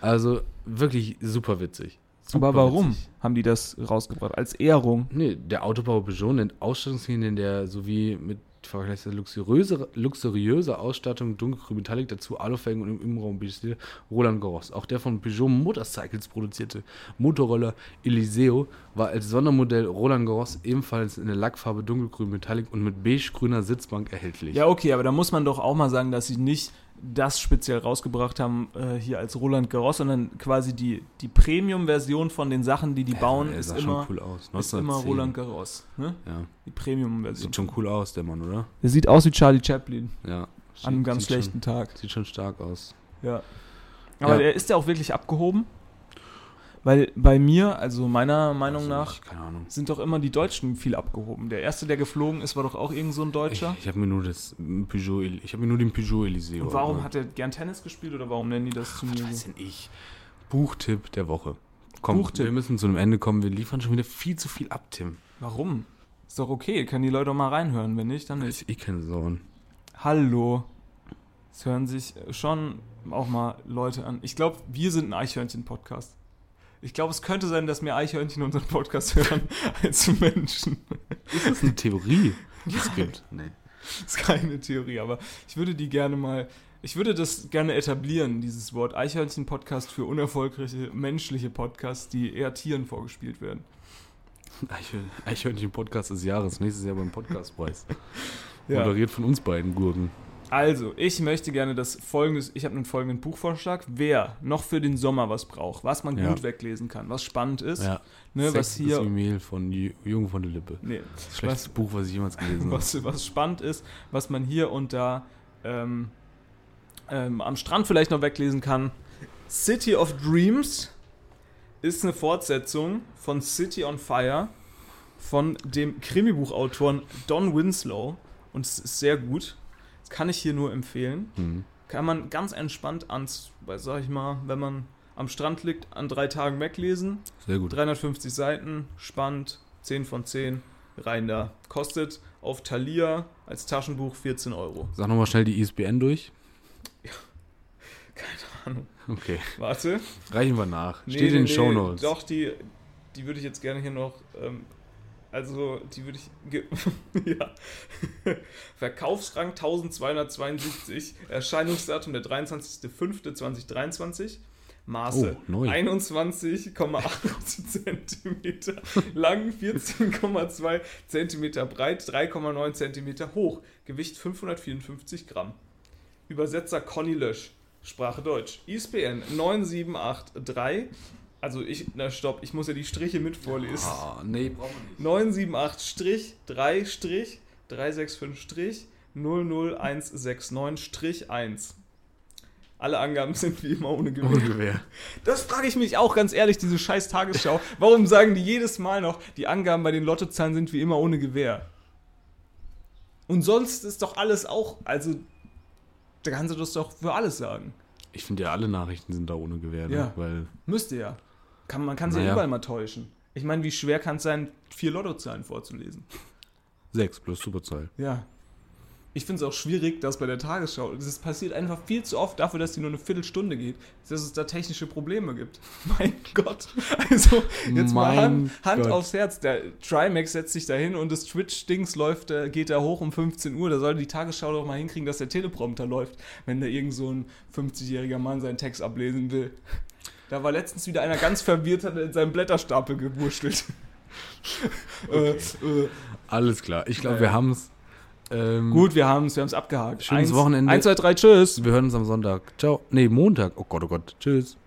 Speaker 4: Also wirklich super witzig. Super
Speaker 3: Aber warum
Speaker 4: Witzig.
Speaker 3: haben die das rausgebracht? Als Ehrung.
Speaker 4: Nee, der Autobauer Peugeot nennt Ausstattungslinien der sowie mit vergleichsweise luxuriöse, luxuriöser Ausstattung dunkelgrün Metallic, dazu Alufelgen und im Innenraum Stil Roland Garros. Auch der von Peugeot Motorcycles produzierte Motorroller Eliseo war als Sondermodell Roland Garros ebenfalls in der Lackfarbe dunkelgrün Metallic und mit beigegrüner Sitzbank erhältlich.
Speaker 3: Ja, okay, aber da muss man doch auch mal sagen, dass sie nicht das speziell rausgebracht haben, äh, hier als Roland Garros, sondern quasi die, die Premium-Version von den Sachen, die die bauen,
Speaker 4: der
Speaker 3: ist
Speaker 4: sah
Speaker 3: immer,
Speaker 4: schon cool aus.
Speaker 3: ist immer
Speaker 4: 1910.
Speaker 3: Roland Garros. Ne?
Speaker 4: Ja,
Speaker 3: Die Premium-Version.
Speaker 4: sieht schon cool aus, der Mann, oder?
Speaker 3: Der sieht aus wie Charlie Chaplin
Speaker 4: Ja.
Speaker 3: an einem ganz
Speaker 4: sieht
Speaker 3: schlechten Tag.
Speaker 4: Schon, sieht schon stark aus.
Speaker 3: Ja. Aber
Speaker 4: Ja.
Speaker 3: Der, ist der auch wirklich abgehoben? Weil bei mir, also meiner Meinung
Speaker 4: Also
Speaker 3: nach,
Speaker 4: ich- Keine Ahnung.
Speaker 3: sind doch immer die Deutschen viel abgehoben. Der erste, der geflogen ist, war doch auch irgend so ein
Speaker 4: Ich,
Speaker 3: Deutscher.
Speaker 4: ich habe mir nur das Peugeot, ich habe mir nur den Peugeot Eliseo.
Speaker 3: Und warum
Speaker 4: hat
Speaker 3: hat er gern Tennis gespielt oder warum nennen die das zu mir?
Speaker 4: was weiß denn ich? Buchtipp der Woche. Komm,
Speaker 3: Buchtipp.
Speaker 4: wir müssen zu einem Ende kommen. Wir liefern schon wieder viel zu viel ab, Tim.
Speaker 3: Warum? Ist doch okay, können die Leute doch mal reinhören. Wenn nicht, dann nicht.
Speaker 4: Ist eh kein Sohn.
Speaker 3: Hallo. Es hören sich schon auch mal Leute an. Ich glaube, wir sind ein Eichhörnchen-Podcast. Ich glaube, es könnte sein, dass mehr Eichhörnchen unseren Podcast hören als Menschen.
Speaker 4: Das ist eine Theorie, die es gibt. Nee.
Speaker 3: Das ist keine Theorie, aber ich würde die gerne mal. Ich würde das gerne etablieren, dieses Wort Eichhörnchen-Podcast für unerfolgreiche menschliche Podcasts, die eher Tieren vorgespielt werden.
Speaker 4: Eichhörn- Eichhörnchen-Podcast des Jahres. Nächstes Jahr beim Podcastpreis.
Speaker 3: Ja.
Speaker 4: Moderiert von uns beiden Gurken.
Speaker 3: Also, ich möchte gerne das folgendes, ich habe einen folgenden Buchvorschlag. Wer noch für den Sommer was braucht, was man
Speaker 4: Ja.
Speaker 3: gut weglesen kann, was spannend ist, ne,
Speaker 4: Sex
Speaker 3: was
Speaker 4: ist wie
Speaker 3: hier,
Speaker 4: Mehl von Ju- Jürgen von der Lippe.
Speaker 3: nee,
Speaker 4: Das schlechteste Buch, was ich jemals gelesen habe.
Speaker 3: was, was spannend ist, was man hier und da ähm, ähm, am Strand vielleicht noch weglesen kann. City of Dreams ist eine Fortsetzung von City on Fire von dem Krimibuchautoren Don Winslow und es ist sehr gut. Das kann ich hier nur empfehlen.
Speaker 4: Hm.
Speaker 3: kann man ganz entspannt ans, weil, sag ich mal, wenn man am Strand liegt, an drei Tagen weglesen.
Speaker 4: Sehr gut.
Speaker 3: 350 Seiten, spannend, 10 von 10, rein da. Kostet auf Thalia als Taschenbuch 14 Euro.
Speaker 4: Sag nochmal schnell die E ISBN durch.
Speaker 3: Keine Ahnung.
Speaker 4: Okay.
Speaker 3: Warte.
Speaker 4: Reichen wir nach.
Speaker 3: Nee,
Speaker 4: Steht in den
Speaker 3: nee,
Speaker 4: Show Notes.
Speaker 3: Doch, die, die würde ich jetzt gerne hier noch. Ähm, also, die würde ich. ge- ja. Verkaufsrang 1272. Erscheinungsdatum der 23.05.2023. Maße
Speaker 4: Oh, neu.
Speaker 3: 21,8 cm lang, 14,2 cm breit, 3,9 cm hoch, Gewicht 554 Gramm. Übersetzer Conny Lösch, Sprache Deutsch. ISBN 9783, also ich, na stopp, ich muss ja die Striche mit vorlesen.
Speaker 4: Ah, nee, brauchen wir nicht.
Speaker 3: 978-3-365-00169-1. Alle Angaben sind wie immer ohne Gewähr.
Speaker 4: Ungefähr.
Speaker 3: Das frage ich mich auch ganz ehrlich, diese scheiß Tagesschau. Warum sagen die jedes Mal noch, die Angaben bei den Lottozahlen sind wie immer ohne Gewähr? Und sonst ist doch alles auch, also da kannst du das doch für alles sagen.
Speaker 4: Ich finde ja, alle Nachrichten sind da ohne Gewähr, ne?
Speaker 3: Ja.
Speaker 4: weil
Speaker 3: Müsste ja. Kann, man kann sich ja
Speaker 4: Naja.
Speaker 3: überall mal täuschen. Ich meine, wie schwer kann es sein, vier Lottozahlen vorzulesen?
Speaker 4: Sechs plus Superzahl.
Speaker 3: Ja. Ich finde es auch schwierig, dass bei der Tagesschau, das passiert einfach viel zu oft dafür, dass die nur eine Viertelstunde geht, dass es da technische Probleme gibt. Mein Gott. Also, jetzt mal
Speaker 4: Mein
Speaker 3: Hand, Hand
Speaker 4: Gott.
Speaker 3: aufs Herz. Der Trimax setzt sich da hin und das Twitch-Dings läuft, äh, geht da hoch um 15 Uhr. Da sollte die Tagesschau doch mal hinkriegen, dass der Teleprompter läuft, wenn da irgend so ein 50-jähriger Mann seinen Text ablesen will. Da war letztens wieder einer ganz verwirrt, hat in seinem Blätterstapel gewurschtelt. äh, äh,
Speaker 4: Alles klar. Ich glaube,
Speaker 3: Naja.
Speaker 4: wir haben es. Ähm,
Speaker 3: Gut, wir haben es wir haben's abgehakt.
Speaker 4: Schönes
Speaker 3: Eins-
Speaker 4: Wochenende.
Speaker 3: Eins, zwei, drei, tschüss.
Speaker 4: Wir hören uns am Sonntag. Ciao. Nee, Montag. Oh Gott, oh Gott. Tschüss.